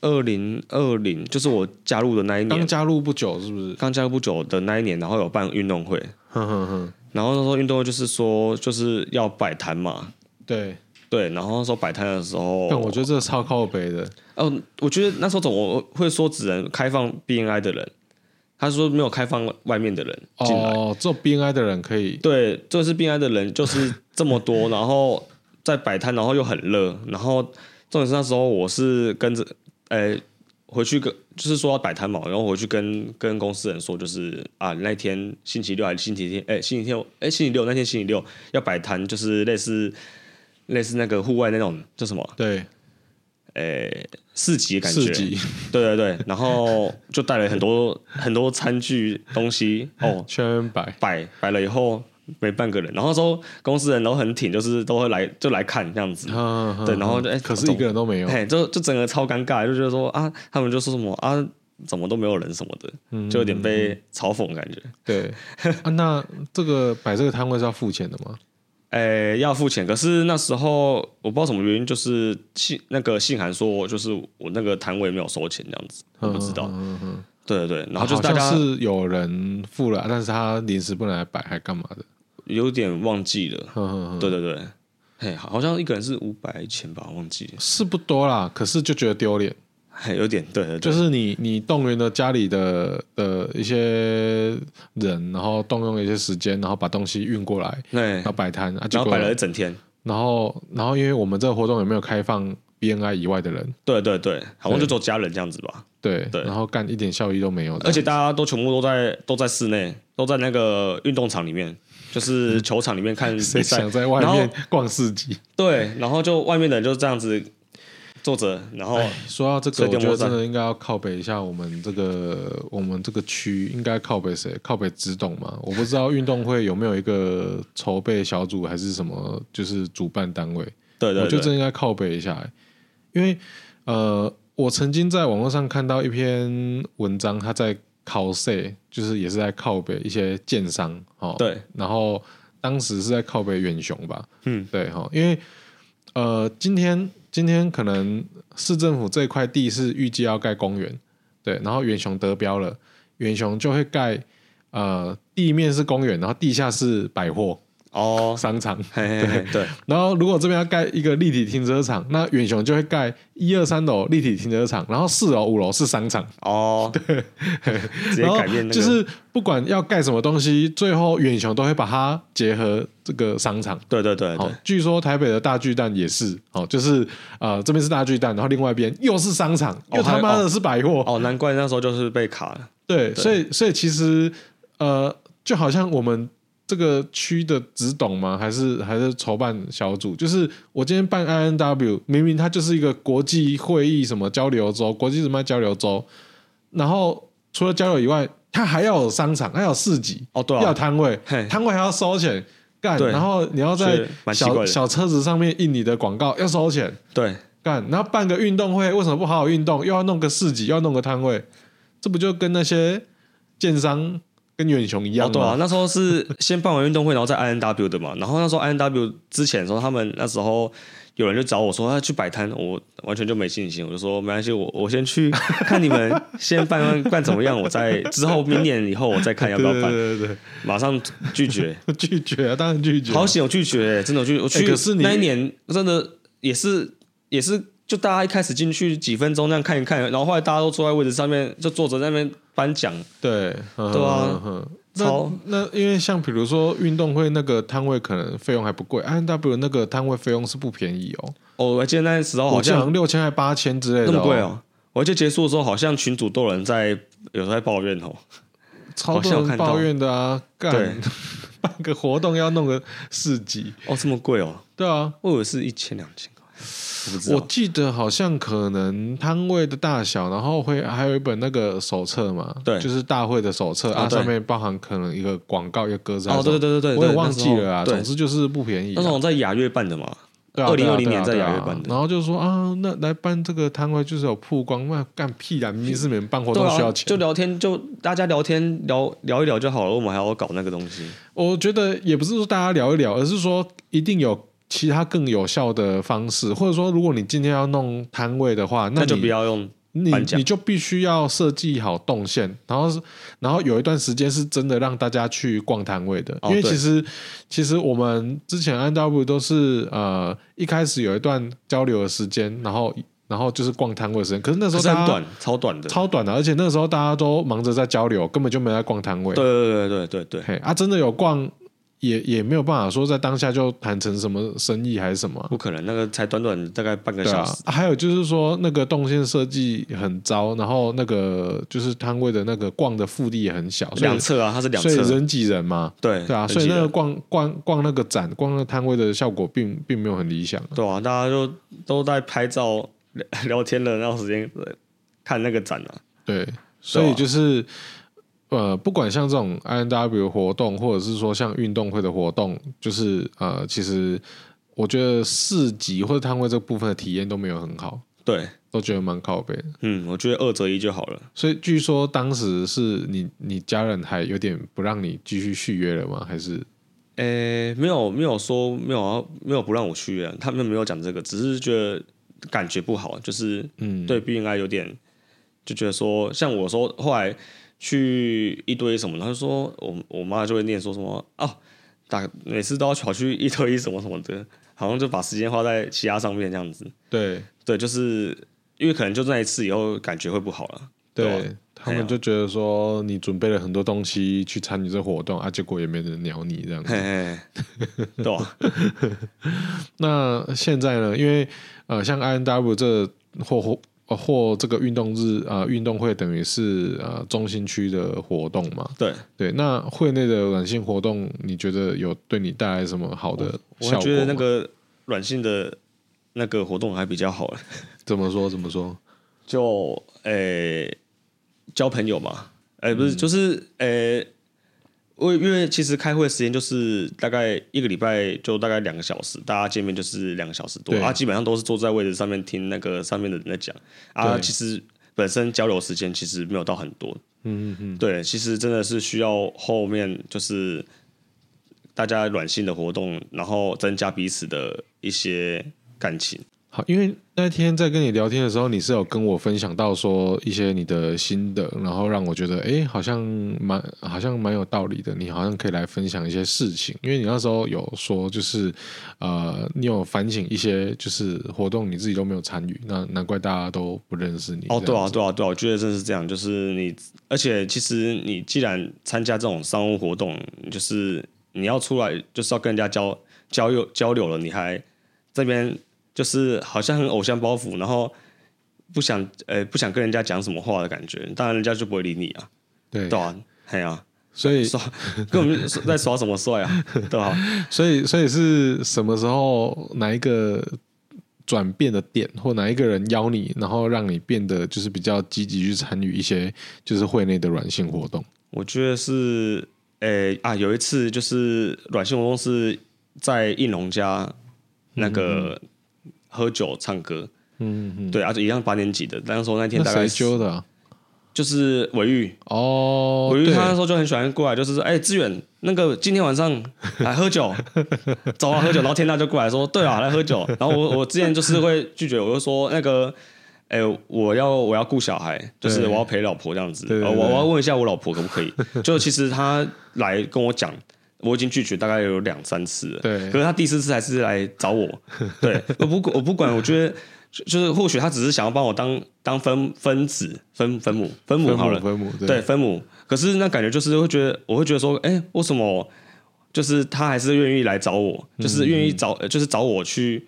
Speaker 2: 二零二零，就是我加入的那一
Speaker 3: 刚
Speaker 2: 年，
Speaker 3: 加入不久是不是？
Speaker 2: 刚加入不久的那一年，然后有办运动会，
Speaker 3: 哼哼哼，
Speaker 2: 然后那时候运动会就是说就是要摆摊嘛，
Speaker 3: 对，
Speaker 2: 对，然后那时候摆摊的时候，
Speaker 3: 但我觉得这个超靠北的，
Speaker 2: 哦，我觉得那时候总我会说只能开放 BNI 的人，他说没有开放外面的人进来。
Speaker 3: 哦，做 B N I 的人可以，
Speaker 2: 对，这是 BNI 的人就是这么多， 然后在摆摊，然后又很热，然后重点是那时候我是跟着，呃，回去跟就是说要摆摊嘛，然后回去跟跟公司人说，就是啊那天星期六还是星期天，哎、星期天哎、星期六那天星期六要摆摊，就是类似类似那个户外那种叫什么，
Speaker 3: 对，
Speaker 2: 哎、市集的感觉，
Speaker 3: 四级
Speaker 2: 对对对，然后就带了很多很多餐具东西哦，
Speaker 3: 全 白，
Speaker 2: 摆摆了以后没半个人，然后说公司人都很挺，就是都会来就来看这样子，
Speaker 3: 哼哼哼
Speaker 2: 对，然后就哎、
Speaker 3: 可是一个人都没有，
Speaker 2: 哎，就就整个超尴尬，就觉得说啊，他们就说什么啊，怎么都没有人什么的，
Speaker 3: 嗯
Speaker 2: 就有点被嘲讽感觉。
Speaker 3: 对啊，那这个摆这个摊位是要付钱的吗？
Speaker 2: 哎，要付钱，可是那时候我不知道什么原因，就是信那个信函说，就是我那个摊位没有收钱这样子，我不知道。
Speaker 3: 嗯嗯嗯
Speaker 2: 对对对，然后
Speaker 3: 好
Speaker 2: 就是大家
Speaker 3: 像是有人付了，但是他临时不能来摆，还干嘛的？
Speaker 2: 有点忘记了，
Speaker 3: 嗯嗯嗯
Speaker 2: 对对对，嘿，好像一个人是五百钱吧，忘记了，
Speaker 3: 是不多啦，可是就觉得丢脸。
Speaker 2: 嘿，有点对对对，
Speaker 3: 就是你你动员了家里的的一些人，然后动用了一些时间，然后把东西运过来，
Speaker 2: 对
Speaker 3: 然后，摆摊啊，结
Speaker 2: 然后
Speaker 3: 果
Speaker 2: 摆了一整天，
Speaker 3: 然后然后因为我们这个活动有没有开放 BNI 以外的人？
Speaker 2: 对对对，好像就
Speaker 3: 对
Speaker 2: 只有家人这样子吧，
Speaker 3: 对，
Speaker 2: 对
Speaker 3: 然后干一点效益都没有的，
Speaker 2: 而且大家都全部都在都在室内，都在那个运动场里面，就是球场里面看比
Speaker 3: 嗯谁
Speaker 2: 赛
Speaker 3: 想，在外
Speaker 2: 然
Speaker 3: 面
Speaker 2: 后
Speaker 3: 逛市集？
Speaker 2: 对，然后就外面的人就这样子坐着，然后
Speaker 3: 说到这
Speaker 2: 所
Speaker 3: 个，
Speaker 2: 以
Speaker 3: 我
Speaker 2: 电
Speaker 3: 觉得
Speaker 2: 波站
Speaker 3: 真的应该要靠北一下我们这个我们这个区，应该靠北谁？靠北直董嘛？我不知道运动会有没有一个筹备小组还是什么，就是主办单位，
Speaker 2: 对对
Speaker 3: 我觉得真
Speaker 2: 对，
Speaker 3: 的应该靠北一下、欸因为呃，我曾经在网络上看到一篇文章，他在考 C，就是也是在靠北一些建商哦，
Speaker 2: 对，
Speaker 3: 然后当时是在靠北远雄吧，嗯，对哈，因为呃，今天今天可能市政府这块地是预计要盖公园，对，然后远雄得标了，远雄就会盖呃地面是公园，然后地下是百货
Speaker 2: 哦，
Speaker 3: 商场，
Speaker 2: 嘿嘿嘿，对，
Speaker 3: 然后如果这边要盖一个立体停车场，那远雄就会盖一二三楼立体停车场，然后四楼五楼是商场，
Speaker 2: 哦，对，直接
Speaker 3: 然后
Speaker 2: 改变那个，
Speaker 3: 就是不管要盖什么东西，最后远雄都会把它结合这个商场。
Speaker 2: 对对对
Speaker 3: 好、
Speaker 2: 对，
Speaker 3: 据说台北的大巨蛋也是，哦，就是呃这边是大巨蛋，然后另外一边又是商场，又他妈的是百货，
Speaker 2: 哦，难怪那时候就是被卡了，
Speaker 3: 对，所以所以其实呃，就好像我们这个区的直董吗？还是还是筹办小组？就是我今天办 I N W，明明它就是一个国际会议什么交流周，国际什么交流周，然后除了交流以外，它还要有商场，还要有市集，
Speaker 2: 哦对啊
Speaker 3: 要有摊位
Speaker 2: 嘿，
Speaker 3: 摊位还要收钱。干，
Speaker 2: 对
Speaker 3: 然后你要在
Speaker 2: 是蛮奇怪
Speaker 3: 小
Speaker 2: 的
Speaker 3: 小车子上面印你的广告，要收钱。
Speaker 2: 对，
Speaker 3: 干，然后办个运动会，为什么不好好运动？又要弄个市集，又要弄个摊位，这不就跟那些建商跟远雄一样
Speaker 2: 哦，
Speaker 3: 吗？
Speaker 2: 对啊，那时候是先办完运动会，然后在 I N W 的嘛。然后那时候 I N W 之前的时候，他们那时候有人就找我说他去摆摊，我完全就没信心，我就说没关系，我我先去 看你们先办办办怎么样，我再之后明年以后我再看要不啊要
Speaker 3: 对
Speaker 2: 办。
Speaker 3: 对对对
Speaker 2: 马上拒绝，
Speaker 3: 对，拒绝啊，当然拒绝、
Speaker 2: 好，险我拒绝、真的我拒我去、
Speaker 3: 哎可是你
Speaker 2: 那一年真的也是也是。就大家一开始进去几分钟那样看一看，然后后来大家都坐在位置上面，就坐着在那边颁奖，
Speaker 3: 对，嗯
Speaker 2: 对啊。
Speaker 3: 嗯嗯
Speaker 2: 超
Speaker 3: 那那因为像比如说运动会那个摊位可能费用还不贵，I N W 那个摊位费用是不便宜哦，
Speaker 2: 哦，我还记得那时候
Speaker 3: 我
Speaker 2: 好
Speaker 3: 记得
Speaker 2: 像
Speaker 3: 好像六千还八千之类的、
Speaker 2: 那么贵，哦！我记得结束的时候，好像群主都有人在有在抱怨哦。
Speaker 3: 超
Speaker 2: 好
Speaker 3: 多
Speaker 2: 像有
Speaker 3: 人
Speaker 2: 看到
Speaker 3: 抱怨的啊，
Speaker 2: 对
Speaker 3: 干 办个活动要弄个市集，
Speaker 2: 哦，这么贵哦！
Speaker 3: 对啊，
Speaker 2: 我以为是一千两千块。啊我不知
Speaker 3: 我
Speaker 2: 道。
Speaker 3: 记得好像可能摊位的大小，然后会还有一本那个手册嘛，
Speaker 2: 对
Speaker 3: 就是大会的手册
Speaker 2: 啊
Speaker 3: 啊，
Speaker 2: 对
Speaker 3: 上面包含可能一个广告，一个歌词还
Speaker 2: 哦，
Speaker 3: 是什
Speaker 2: 对对对
Speaker 3: 么。
Speaker 2: 对对，
Speaker 3: 我也
Speaker 2: 对
Speaker 3: 忘记了啊。
Speaker 2: 那时候
Speaker 3: 总之就是不便宜啊、
Speaker 2: 对，那种在雅乐办的嘛，
Speaker 3: 对啊，
Speaker 2: 2020
Speaker 3: 对啊
Speaker 2: 年在
Speaker 3: 对
Speaker 2: 雅
Speaker 3: 啊对
Speaker 2: 乐
Speaker 3: 啊
Speaker 2: 办的
Speaker 3: 然后就说啊，那来办这个摊位就是有曝光，那干屁啊！明明是你们办活
Speaker 2: 对
Speaker 3: 动需
Speaker 2: 啊，
Speaker 3: 要钱，
Speaker 2: 就聊天，就大家聊天聊聊一聊就好了，我们还要搞那个东西。
Speaker 3: 我觉得也不是说大家聊一聊，而是说一定有其他更有效的方式，或者说如果你今天要弄摊位的话，
Speaker 2: 那
Speaker 3: 你
Speaker 2: 就不要用，
Speaker 3: 你
Speaker 2: 颁奖
Speaker 3: 你就必须要设计好动线，然后是然后有一段时间是真的让大家去逛摊位的，
Speaker 2: 哦
Speaker 3: 因为
Speaker 2: 对
Speaker 3: 其实其实我们之前 N W 都是呃一开始有一段交流的时间，然后然后就是逛摊位的时间，可是那
Speaker 2: 可
Speaker 3: 时候
Speaker 2: 是
Speaker 3: 大
Speaker 2: 很
Speaker 3: 家
Speaker 2: 短，超短的。
Speaker 3: 超短的，而且那时候大家都忙着在交流，根本就没在逛摊位。
Speaker 2: 对对对对对对，
Speaker 3: 嘿啊，真的有逛，也也没有办法说在当下就谈成什么生意还是什么啊、
Speaker 2: 不可能，那个才短短大概半个
Speaker 3: 对
Speaker 2: 小
Speaker 3: 啊
Speaker 2: 时。，
Speaker 3: 啊还有就是说那个动线设计很糟，然后那个就是摊位的那个逛的腹地也很小，所以
Speaker 2: 两侧啊，它是两
Speaker 3: 所以
Speaker 2: 侧，
Speaker 3: 人挤人嘛，
Speaker 2: 对
Speaker 3: 对啊，
Speaker 2: 人
Speaker 3: 所以
Speaker 2: 挤
Speaker 3: 那
Speaker 2: 人
Speaker 3: 个逛逛逛那个展，逛那个摊位的效果并并没有很理想。
Speaker 2: 对啊，大家就都在拍照聊聊天了，然后时间呃看那个展啊，
Speaker 3: 对，啊所以就是、呃，不管像这种 I N W 活动，或者是说像运动会的活动，就是呃，其实我觉得市集或者摊位这部分的体验都没有很好，
Speaker 2: 对，
Speaker 3: 都觉得蛮靠背的。
Speaker 2: 嗯，我觉得二择一就好了。
Speaker 3: 所以据说当时是你你家人还有点不让你继续续约了吗？还是
Speaker 2: 诶，呃没有没有说没有啊，没有不让我去啊，他们没有讲这个，只是觉得感觉不好，就是
Speaker 3: 嗯，
Speaker 2: 对 B N I 有点就觉得说，像我说后来去一堆什么，他就说我我妈就会念说什么啊，打每次都要跑去一堆一什么什么的，好像就把时间花在其他上面这样子。
Speaker 3: 对
Speaker 2: 对，就是因为可能就那一次以后感觉会不好 了。对
Speaker 3: 对
Speaker 2: 啊，
Speaker 3: 他们就觉得说你准备了很多东西去参与这活动啊，结果也没人鸟你这样子
Speaker 2: 嘿。嘿，对吧、
Speaker 3: 那现在呢？因为呃，像 I N W 这或或呃或这个运动日啊、呃运动会等于是呃中心区的活动嘛。
Speaker 2: 对，
Speaker 3: 对，那会内的软性活动，你觉得有对你带来什么好的
Speaker 2: 我还
Speaker 3: 效果吗？
Speaker 2: 觉得那个软性的那个活动还比较好，欸
Speaker 3: 怎么说？怎么说？
Speaker 2: 就诶、交朋友嘛，
Speaker 3: 嗯
Speaker 2: 诶、不是，就是诶，我、因为其实开会时间就是大概一个礼拜就大概两个小时，大家见面就是两个小时多，
Speaker 3: 对
Speaker 2: 啊，基本上都是坐在位置上面听那个上面的人在讲，啊，
Speaker 3: 对
Speaker 2: 其实本身交流时间其实没有到很多，
Speaker 3: 嗯嗯嗯，
Speaker 2: 对，其实真的是需要后面就是大家软性的活动，然后增加彼此的一些感情。
Speaker 3: 好，因为那天在跟你聊天的时候，你是有跟我分享到说一些你的心得，然后让我觉得哎、诶好像蛮好像蛮有道理的，你好像可以来分享一些事情，因为你那时候有说就是呃，你有反省一些就是活动你自己都没有参与，那难怪大家都不认识你。
Speaker 2: 哦，对
Speaker 3: 这样
Speaker 2: 啊，
Speaker 3: 子，
Speaker 2: 对啊，对啊，我觉得真的是这样，就是你，而且其实你既然参加这种商务活动，就是你要出来就是要跟人家交交流交流了，你还这边就是好像很偶像包袱，然后不想呃不想跟人家讲什么话的感觉，当然人家就不会理你啊，
Speaker 3: 对
Speaker 2: 对啊，嘿啊，
Speaker 3: 所以
Speaker 2: 耍 根本就是在耍什么帅啊，对吧、
Speaker 3: 所以所以是什么时候哪一个？转变的点，或哪一个人邀你，然后让你变得就是比较积极去参与一些就是会内的软性活动。
Speaker 2: 我觉得是，诶、啊，有一次就是软性活动是在应龙家那个喝酒唱歌，
Speaker 3: 嗯嗯，
Speaker 2: 对，而、啊、且一样八年级的，那时候那天
Speaker 3: 那
Speaker 2: 大概
Speaker 3: 谁
Speaker 2: 是
Speaker 3: 揪的啊、
Speaker 2: 就是伟玉，
Speaker 3: 哦，
Speaker 2: 伟玉
Speaker 3: 对
Speaker 2: 他那时候就很喜欢过来，就是说，哎、志远，那个今天晚上 来喝酒，走啊喝酒，然后天大就过来说，对啊，来喝酒，然后我我之前就是会拒绝，我就说那个。哎、我要我要顾小孩，就是
Speaker 3: 对
Speaker 2: 我要陪老婆这样子。
Speaker 3: 对对
Speaker 2: 呃我
Speaker 3: 对
Speaker 2: 我要问一下我老婆可不可以？就其实他来跟我讲，我已经拒绝大概有两三次了。
Speaker 3: 对
Speaker 2: 可是他第四次还是来找我。对，我不我不管，我觉得就就是或许他只是想要帮我当当分分子分分母分母
Speaker 3: 分
Speaker 2: 好
Speaker 3: 母
Speaker 2: 了，
Speaker 3: 分母对
Speaker 2: 对分母。可是那感觉就是会觉得，我会觉得说，哎、为什么就是他还是愿意来找我，
Speaker 3: 嗯
Speaker 2: 就是愿意找，呃就是找我去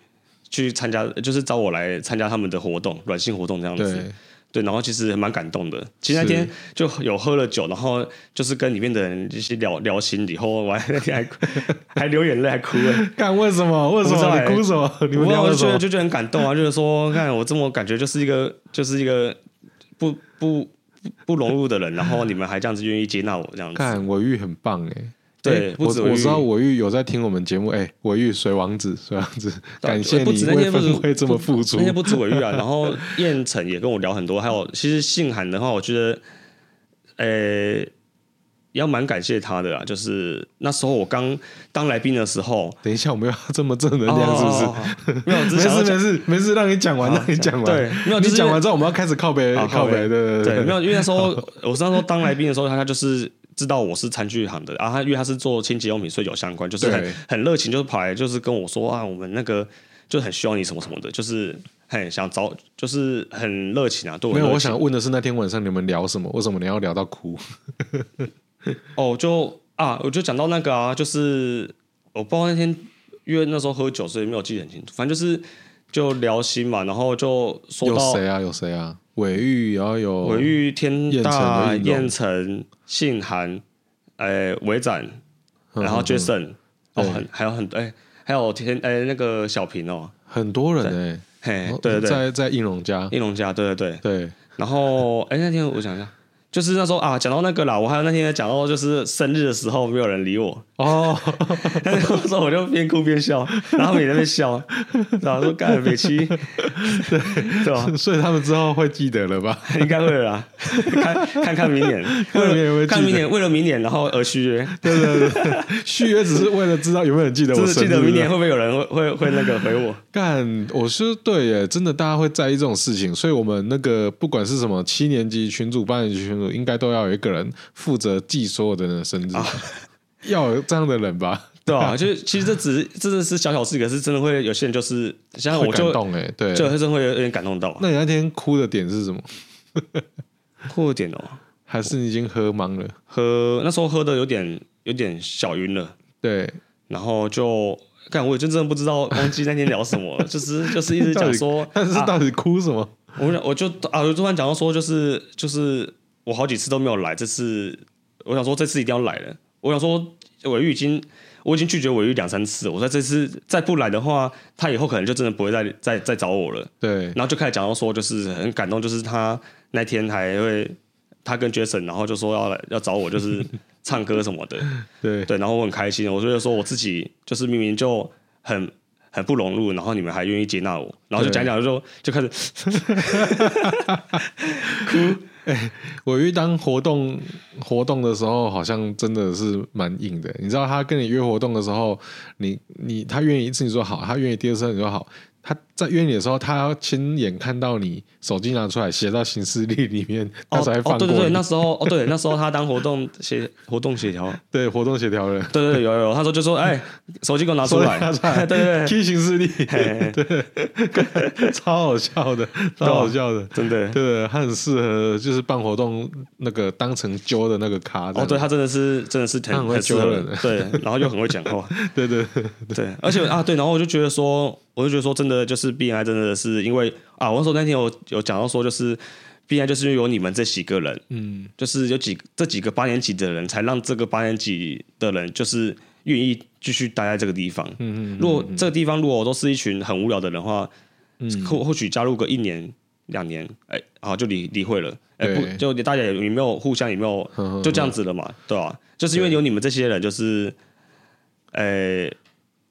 Speaker 2: 去参加，就是找我来参加他们的活动，软性活动这样子。
Speaker 3: 对
Speaker 2: 对，然后其实蛮感动的。其实那天就有喝了酒，然后就是跟里面的人就是聊聊心里，后我还 那天还还流眼泪，还哭了。
Speaker 3: 干为什么？为什
Speaker 2: 不知道
Speaker 3: 么
Speaker 2: 欸
Speaker 3: 你哭什么？ 你们
Speaker 2: 我
Speaker 3: 聊
Speaker 2: 我
Speaker 3: 了
Speaker 2: 就
Speaker 3: 什
Speaker 2: 觉
Speaker 3: 么
Speaker 2: 得？就觉得很感动啊，就是说，看我这么感觉就是一个就是一个不不不融入的人，然后你们还这样子愿意接纳我这样子，
Speaker 3: 看伟玉很棒哎，
Speaker 2: 对
Speaker 3: 哎
Speaker 2: 不
Speaker 3: 我
Speaker 2: 止伟玉
Speaker 3: 我知道伟玉有在听我们节目哎，伟玉水王子水王子，感谢
Speaker 2: 不
Speaker 3: 你
Speaker 2: 止那
Speaker 3: 为
Speaker 2: 些不止
Speaker 3: 分会这么付出
Speaker 2: 那，些不止伟玉啊，然后燕城也跟我聊很多，还有其实信函的话，我觉得，呃，要蛮感谢他的啊，就是那时候我刚当来宾的时候，
Speaker 3: 等一下我们要这么正能
Speaker 2: 哦
Speaker 3: 量是不
Speaker 2: 不
Speaker 3: 是？
Speaker 2: 是？没有，我只是
Speaker 3: 没事
Speaker 2: 想要
Speaker 3: 没
Speaker 2: 讲
Speaker 3: 事没事，让你讲完，
Speaker 2: 好
Speaker 3: 让你讲完。
Speaker 2: 对没有就
Speaker 3: 你
Speaker 2: 是
Speaker 3: 讲完之后，我们要开始靠北
Speaker 2: 啊
Speaker 3: 靠北，对
Speaker 2: 对，没
Speaker 3: 对。
Speaker 2: 有，因为那时候我是那时候当来宾的时候，他他就是知道我是餐具行的，啊，他因为他是做清洁用品所以有相关，就是
Speaker 3: 对
Speaker 2: 很很热情，就是跑来就是跟我说啊，我们那个就很需要你什么什么的，就是很想找，就是很热情啊，对我
Speaker 3: 没有，
Speaker 2: 很热
Speaker 3: 我
Speaker 2: 情
Speaker 3: 想问的是那天晚上你们聊什么？为什么你要聊到哭？
Speaker 2: 哦，就啊，我就讲到那个啊，就是我不知道那天因为那时候喝酒，所以没有记得很清楚，反正就是就聊心嘛，然后就说
Speaker 3: 有
Speaker 2: 到
Speaker 3: 谁啊？有谁啊？尾玉，然后有
Speaker 2: 尾玉、天大、
Speaker 3: 燕城
Speaker 2: 燕城、信函、呃伟展，
Speaker 3: 嗯
Speaker 2: 然后 Jason，哦，
Speaker 3: 对
Speaker 2: 很还有很多，哎，还有天哎那个小平哦，
Speaker 3: 很多人
Speaker 2: 嘿
Speaker 3: 哎，，
Speaker 2: 对对对，
Speaker 3: 在在应龙家，
Speaker 2: 应龙家，对对对，
Speaker 3: 对，
Speaker 2: 然后哎那天我想一下，就是那时候啊，讲到那个啦，我还有那天讲到就是生日的时候没有人理我，
Speaker 3: 哦，
Speaker 2: 那时候我就边哭边笑，然后他们也在那边笑，然后说干北 七，对对吧？
Speaker 3: 所以他们之后会记得了吧？
Speaker 2: 应该会了啦，看看看明 年，
Speaker 3: 为了明年会记得
Speaker 2: 看明年，为了明年，然后而续 约，
Speaker 3: 对对对，续约只是为了知道有没有人记得
Speaker 2: 就
Speaker 3: 我
Speaker 2: 是
Speaker 3: 生
Speaker 2: 记
Speaker 3: 日。啊
Speaker 2: 得明年会不会有人会会会那个回我？
Speaker 3: 干，我是对耶，真的大家会在意这种事情，所以我们那个不管是什么七年级群主、八年级群主，应该都要有一个人负责记所有的人的生
Speaker 2: 啊
Speaker 3: 日，要有这样的人吧？
Speaker 2: 对啊，就是其实这只是真的是小小事，可是真的会有些人就是像
Speaker 3: 会
Speaker 2: 我
Speaker 3: 感
Speaker 2: 就
Speaker 3: 动哎，对。
Speaker 2: 就真的会有点感动到，
Speaker 3: 那你那天哭的点是什么？
Speaker 2: 哭了点哦，
Speaker 3: 还是你已经喝懵了？
Speaker 2: 喝那时候喝的有点有点小晕了，
Speaker 3: 对，
Speaker 2: 然后就干我也真正不知道忘记那天聊什 么了，就是就是一直讲说，
Speaker 3: 但是
Speaker 2: 啊
Speaker 3: 到底哭什么？
Speaker 2: 我想我就啊，我突然讲到说，就是就是我好几次都没有来，这次我想说这次一定要来了。我想说尾玉已经我已经拒绝尾玉两三次了，我说这次再不来的话，他以后可能就真的不会再再再找我了。
Speaker 3: 对，
Speaker 2: 然后就开始讲到说，就是很感动，就是他那天还会他跟 Jason，然后就说要来要找我，就是 唱歌什么的，
Speaker 3: 对，
Speaker 2: 对，然后我很开心，我就说我自己就是明明就很很不融入，然后你们还愿意接纳我，然后就
Speaker 3: 对
Speaker 2: 讲一讲就就开 始
Speaker 3: 我遇当活动活动的时候，好像真的是蛮硬的。你知道，他跟你约活动的时候，你你他愿意一次你说好，他愿意第二次你说好，他在约你的时候，他要亲眼看到你手机拿出来写到行事历里面，他才
Speaker 2: 哦
Speaker 3: 放
Speaker 2: 哦，
Speaker 3: 过
Speaker 2: 对对对，
Speaker 3: 你。
Speaker 2: 那时候哦对，那时候他当活动协活动协调，
Speaker 3: 对活动协调人，
Speaker 2: 对对对有有有，他说就说哎，手机给我拿出来，
Speaker 3: 拿出来
Speaker 2: 对 对对，
Speaker 3: 踢行事历，
Speaker 2: 嘿嘿
Speaker 3: 对， 超好笑的，超好笑的。
Speaker 2: 真的，
Speaker 3: 对，他很适合就是办活动那个当成揪的那个咖。
Speaker 2: 哦对，他真的是真的是
Speaker 3: 他很
Speaker 2: 很
Speaker 3: 会
Speaker 2: 很适合
Speaker 3: 揪
Speaker 2: 人
Speaker 3: 人，
Speaker 2: 对，然后又很会讲话，
Speaker 3: 对对对
Speaker 2: 对，而且啊对，然后我就觉得说，我就觉得说真的就是 B I 真的是因为啊，我那时候那天有有讲到说就是 B I 就是因为有你们这几个人，
Speaker 3: 嗯，
Speaker 2: 就是有几这几个八年级的人，才让这个八年级的人就是愿意继续待在这个地方。嗯嗯如果这个地方如果我都是一群很无聊的人的话，
Speaker 3: 嗯
Speaker 2: 或或许加入个一年两年，哎、好就离离会了。哎、
Speaker 3: 对
Speaker 2: 不，就大家也也没有互相也没有
Speaker 3: 呵呵呵
Speaker 2: 就这样子了嘛，对吧、就是因为有你们这些人，就是，哎、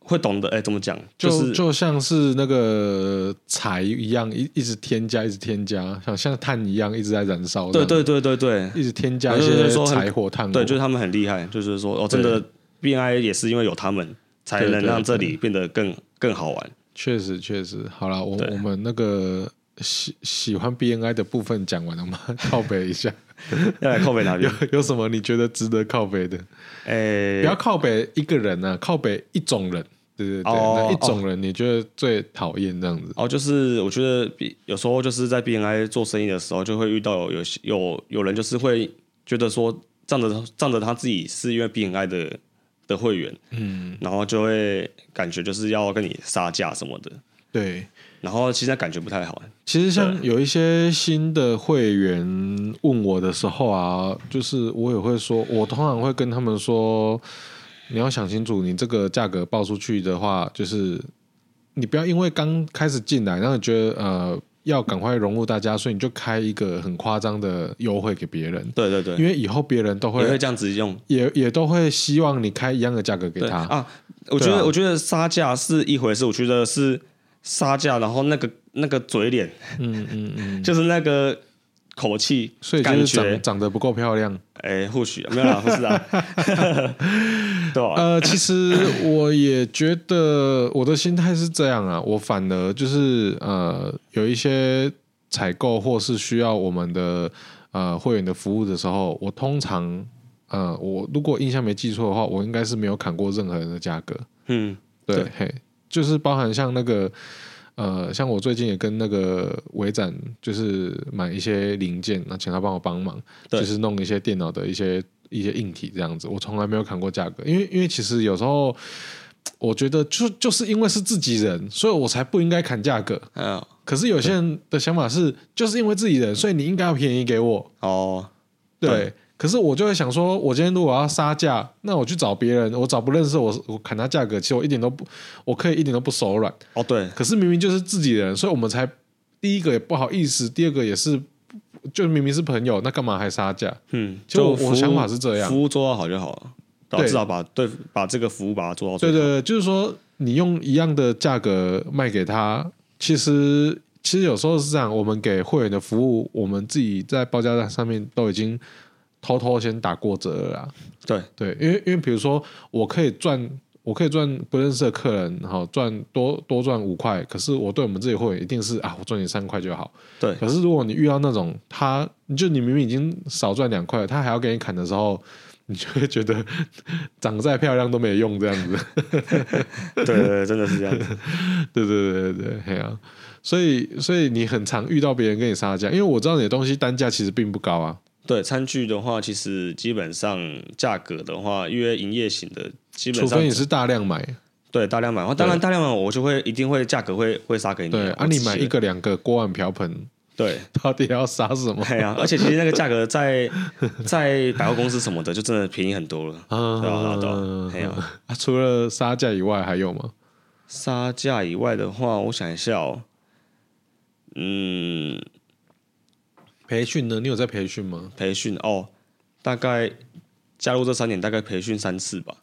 Speaker 2: 会懂得哎、怎么讲，
Speaker 3: 就
Speaker 2: 就是
Speaker 3: 就像是那个柴一样，一一直添加，一直添加，像像碳一样一直在燃烧。
Speaker 2: 对
Speaker 3: 这样
Speaker 2: 对对对对，
Speaker 3: 一直添加
Speaker 2: 我
Speaker 3: 一
Speaker 2: 就觉
Speaker 3: 些
Speaker 2: 得说很
Speaker 3: 柴火、炭火。
Speaker 2: 对，就是他们很厉害，就是说哦，真的 B I 也是因为有他们，才
Speaker 3: 对
Speaker 2: 能
Speaker 3: 对
Speaker 2: 让这里变得更更好玩。
Speaker 3: 确实确实。好啦，我
Speaker 2: 对
Speaker 3: 我们那个喜喜欢 BNI 的部分讲完了吗？ 靠北一下，
Speaker 2: 要来靠北哪
Speaker 3: 有
Speaker 2: 边？
Speaker 3: 有什么你觉得值得靠北的？
Speaker 2: 哎
Speaker 3: 不，要靠北一个人啊，靠北一种人。对对对，
Speaker 2: 哦
Speaker 3: 那一种人你觉得最讨厌这样子？
Speaker 2: 哦，就是我觉得 B 有时候就是在 B N I 做生意的时候，就会遇到有些有有人就是会觉得说，仗着仗着他自己是因为 B N I 的的会员，嗯，然后就会感觉就是要跟你杀价什么的。
Speaker 3: 对，
Speaker 2: 然后其实那感觉不太好。
Speaker 3: 其实像有一些新的会员问我的时候啊，就是我也会说，我通常会跟他们说，你要想清楚，你这个价格报出去的话，就是你不要因为刚开始进来，然后你觉得呃要赶快融入大家，所以你就开一个很夸张的优惠给别人，
Speaker 2: 对对对，
Speaker 3: 因为以后别人都
Speaker 2: 也会
Speaker 3: 会
Speaker 2: 这样子用。
Speaker 3: 也也都会希望你开一样的价格给
Speaker 2: 对
Speaker 3: 他。
Speaker 2: 啊，我觉
Speaker 3: 对啊
Speaker 2: 得、我觉得杀价是一回事，我觉得是杀价，然后那个那个嘴脸，
Speaker 3: 嗯嗯 嗯，
Speaker 2: 就是那个口气，
Speaker 3: 所以就
Speaker 2: 感
Speaker 3: 是
Speaker 2: 觉
Speaker 3: 长长得不够漂亮。
Speaker 2: 哎，或许没有啦，不是 啊，对啊吧、
Speaker 3: 呃，其实我也觉得我的心态是这样啊，我反而就是呃，有一些采购或是需要我们的呃会员的服务的时候，我通常呃，我如果印象没记错的话，我应该是没有砍过任何人的价格。
Speaker 2: 嗯，
Speaker 3: 对，
Speaker 2: 对
Speaker 3: 嘿，就是包含像那个呃，像我最近也跟那个微展，就是买一些零件，那请他帮我帮忙，
Speaker 2: 对
Speaker 3: 就是弄一些电脑的一些一些硬体这样子。我从来没有砍过价格，因为因为其实有时候。我觉得就就是因为是自己人，所以我才不应该砍价格。
Speaker 2: 嗯，
Speaker 3: 可是有些人的想法是，就是因为自己人，所以你应该要便宜给我。
Speaker 2: 哦，
Speaker 3: 对。
Speaker 2: 对
Speaker 3: 可是我就会想说，我今天如果要杀价，那我去找别人，我找不认识我，我砍他价格，其实我一点都不，我可以一点都不手软。
Speaker 2: 哦，对，
Speaker 3: 可是明明就是自己人，所以我们才第一个也不好意思，第二个也是，就明明是朋友，那干嘛还杀价？
Speaker 2: 嗯，
Speaker 3: 就我
Speaker 2: 服务
Speaker 3: 想法是这样
Speaker 2: 服务做到好就好了，对吧
Speaker 3: 对
Speaker 2: 至少把对把这个服务把它做哦到最
Speaker 3: 对
Speaker 2: 好。
Speaker 3: 对对，就是说你用一样的价格卖给他，其实其实有时候是这样，我们给会员的服务，我们自己在报价上面都已经偷偷先打过折了啦。
Speaker 2: 对
Speaker 3: 对，因为因为比如说，我可以赚，我可以赚不认识的客人，好赚多多赚五块，可是我对我们自己会员一定是啊，我赚你三块就好。
Speaker 2: 对
Speaker 3: 可是如果你遇到那种他，就你明明已经少赚两块，他还要给你砍的时候，你就会觉得 长再漂亮都没用这样子。
Speaker 2: 对对对，真的是这样 子。
Speaker 3: 对对对对对，嘿啊。所以，所以你很常遇到别人跟你杀价，因为我知道你的东西单价其实并不高啊。
Speaker 2: 对餐具的话，其实基本上价格的话，因为营业型的基本
Speaker 3: 除
Speaker 2: 上
Speaker 3: 非你是大量买，
Speaker 2: 对大量买的话，当然
Speaker 3: 对
Speaker 2: 大量买我就会一定会价格会会杀给你。
Speaker 3: 对啊，
Speaker 2: 我自
Speaker 3: 你
Speaker 2: 己
Speaker 3: 买一个两个锅碗瓢盆，
Speaker 2: 对。
Speaker 3: 到底要杀什 么？
Speaker 2: 对呀、而且其实那个价格在在百货公司什么的，就真的便宜很多 了。
Speaker 3: 啊
Speaker 2: 对啊对啊对啊
Speaker 3: 啊，除了杀价以外还有吗？
Speaker 2: 杀价以外的话，我想一下哦，嗯，
Speaker 3: 培训呢？你有在培训吗？
Speaker 2: 培训哦，大概加入这三年，大概培训三次吧。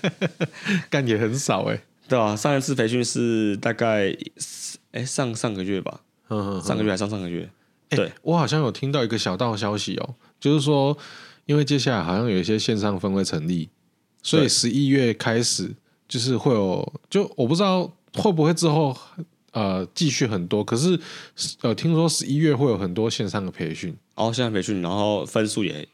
Speaker 3: 干也很少哎、
Speaker 2: 对啊，上一次培训是大概哎上上个月吧，
Speaker 3: 嗯，
Speaker 2: 上个月还上上个月。
Speaker 3: 对、我好像有听到一个小道消息哦，就是说，因为接下来好像有一些线上分会成立，所以
Speaker 2: 对
Speaker 3: 十一月开始就是会有，就我不知道会不会之后呃继续很多，可是呃听说十一月会有很多线上的培训，
Speaker 2: 然后哦现在培训，然后分数也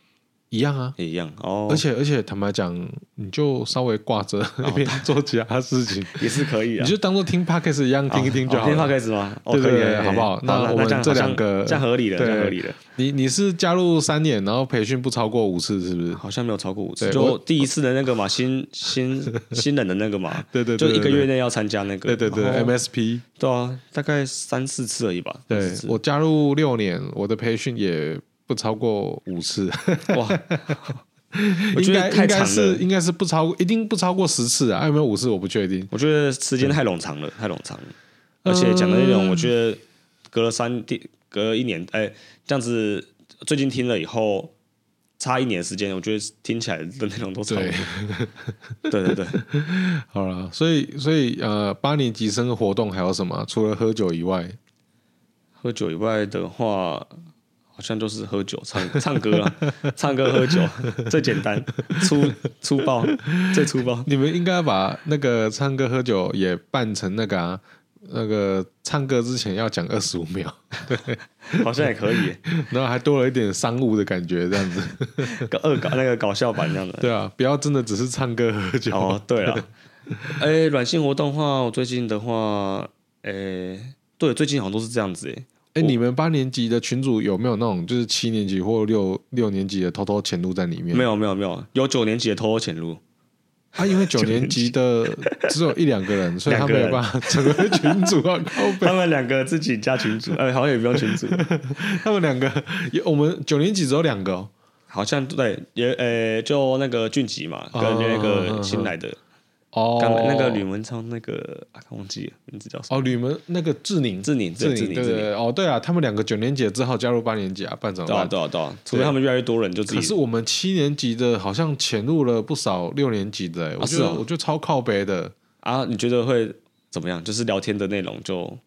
Speaker 3: 一样啊，
Speaker 2: 也一样哦，
Speaker 3: 而且而且坦白讲，你就稍微挂着一
Speaker 2: 哦
Speaker 3: 边做其他事 情，
Speaker 2: 也是可以啊。
Speaker 3: 你就当做听 podcast 一样听一听就好
Speaker 2: 听 p
Speaker 3: 了。
Speaker 2: 开始吗？哦
Speaker 3: 对对
Speaker 2: 可以
Speaker 3: 对
Speaker 2: 可以
Speaker 3: 好不好
Speaker 2: 可以
Speaker 3: 那
Speaker 2: 那
Speaker 3: 我们
Speaker 2: 这样
Speaker 3: 这
Speaker 2: 好像
Speaker 3: 两个
Speaker 2: 这样合理了，
Speaker 3: 对
Speaker 2: 这样合理了，
Speaker 3: 你你是加入三年，然后培训不超过五次，是不是？
Speaker 2: 好像没有超过五次。
Speaker 3: 对
Speaker 2: 就
Speaker 3: 我
Speaker 2: 第一次的那个嘛，新 新新人的那个嘛，
Speaker 3: 对对
Speaker 2: 就
Speaker 3: 对
Speaker 2: 一个
Speaker 3: 对
Speaker 2: 月内要参加那个，
Speaker 3: 对对对
Speaker 2: 然后
Speaker 3: ，MSP。
Speaker 2: 对啊，大概三四次而已吧。
Speaker 3: 对
Speaker 2: 三四次
Speaker 3: 我加入六年，我的培训也不超过 五次，
Speaker 2: 哇，我
Speaker 3: 应
Speaker 2: 觉
Speaker 3: 该
Speaker 2: 得太
Speaker 3: 应该
Speaker 2: 长
Speaker 3: 是
Speaker 2: 了，
Speaker 3: 应该是不超过，一定不超过十次啊，有没有五次我不确定。
Speaker 2: 我觉得时间太冗长了，太冗长了。而且讲的内
Speaker 3: 嗯
Speaker 2: 容，我觉得隔了三第隔了一年，哎、这样子最近听了以后，差一年的时间，我觉得听起来的内容都差不多。
Speaker 3: 对，
Speaker 2: 对对对，
Speaker 3: 好了，所以所以呃，八年级生的活动还有什么啊？除了喝酒以外，
Speaker 2: 喝酒以外的话，好像就是喝酒、唱 唱歌了，唱歌喝酒 最简单，粗粗暴最粗暴。
Speaker 3: 你们应该把那个唱歌喝酒也办成那个啊，那个唱歌之前要讲二十五秒，
Speaker 2: 好像也可以，
Speaker 3: 然后还多了一点商务的感觉，这样子。
Speaker 2: 搞恶搞那个搞笑版这样的。
Speaker 3: 对啊，不要真的只是唱歌喝酒。
Speaker 2: 哦，对了，哎、软性活动的话，我最近的话，哎、对，最近好像都是这样子哎、
Speaker 3: 哎、你们八年级的群主有没有那种就是七年级或六六年级的偷偷潜入在里面？
Speaker 2: 没有没有没有，有九年级的偷偷潜入，
Speaker 3: 啊，因为九年级的只有一两个人，所以他没有办法成为群主啊，靠
Speaker 2: 他
Speaker 3: 北。
Speaker 2: 们两个自己加群主，呃，好像也不用群主，
Speaker 3: 他们两个，有我们九年级只有两个、哦，
Speaker 2: 好像对，也呃，就那个俊吉嘛，跟那个新来的，
Speaker 3: 哦
Speaker 2: 刚来那个吕文昌，那个啊，忘记了名字叫什么，
Speaker 3: 哦，吕门那个志宁，
Speaker 2: 志宁对
Speaker 3: 志
Speaker 2: 志
Speaker 3: 宁，
Speaker 2: 宁
Speaker 3: 对
Speaker 2: 志
Speaker 3: 对对，哦，对啊，他们两个九年级的只好加入八年级啊，办怎么
Speaker 2: 对啊，
Speaker 3: 办？
Speaker 2: 对啊，对啊，除非他们越来越多人，就自
Speaker 3: 可是
Speaker 2: 己
Speaker 3: 我们七年级的好像潜入了不少六年级的、欸，我觉
Speaker 2: 是
Speaker 3: 得、
Speaker 2: 哦
Speaker 3: 我觉得超靠北的，
Speaker 2: 啊，你觉得会怎么样？就是聊天的内容就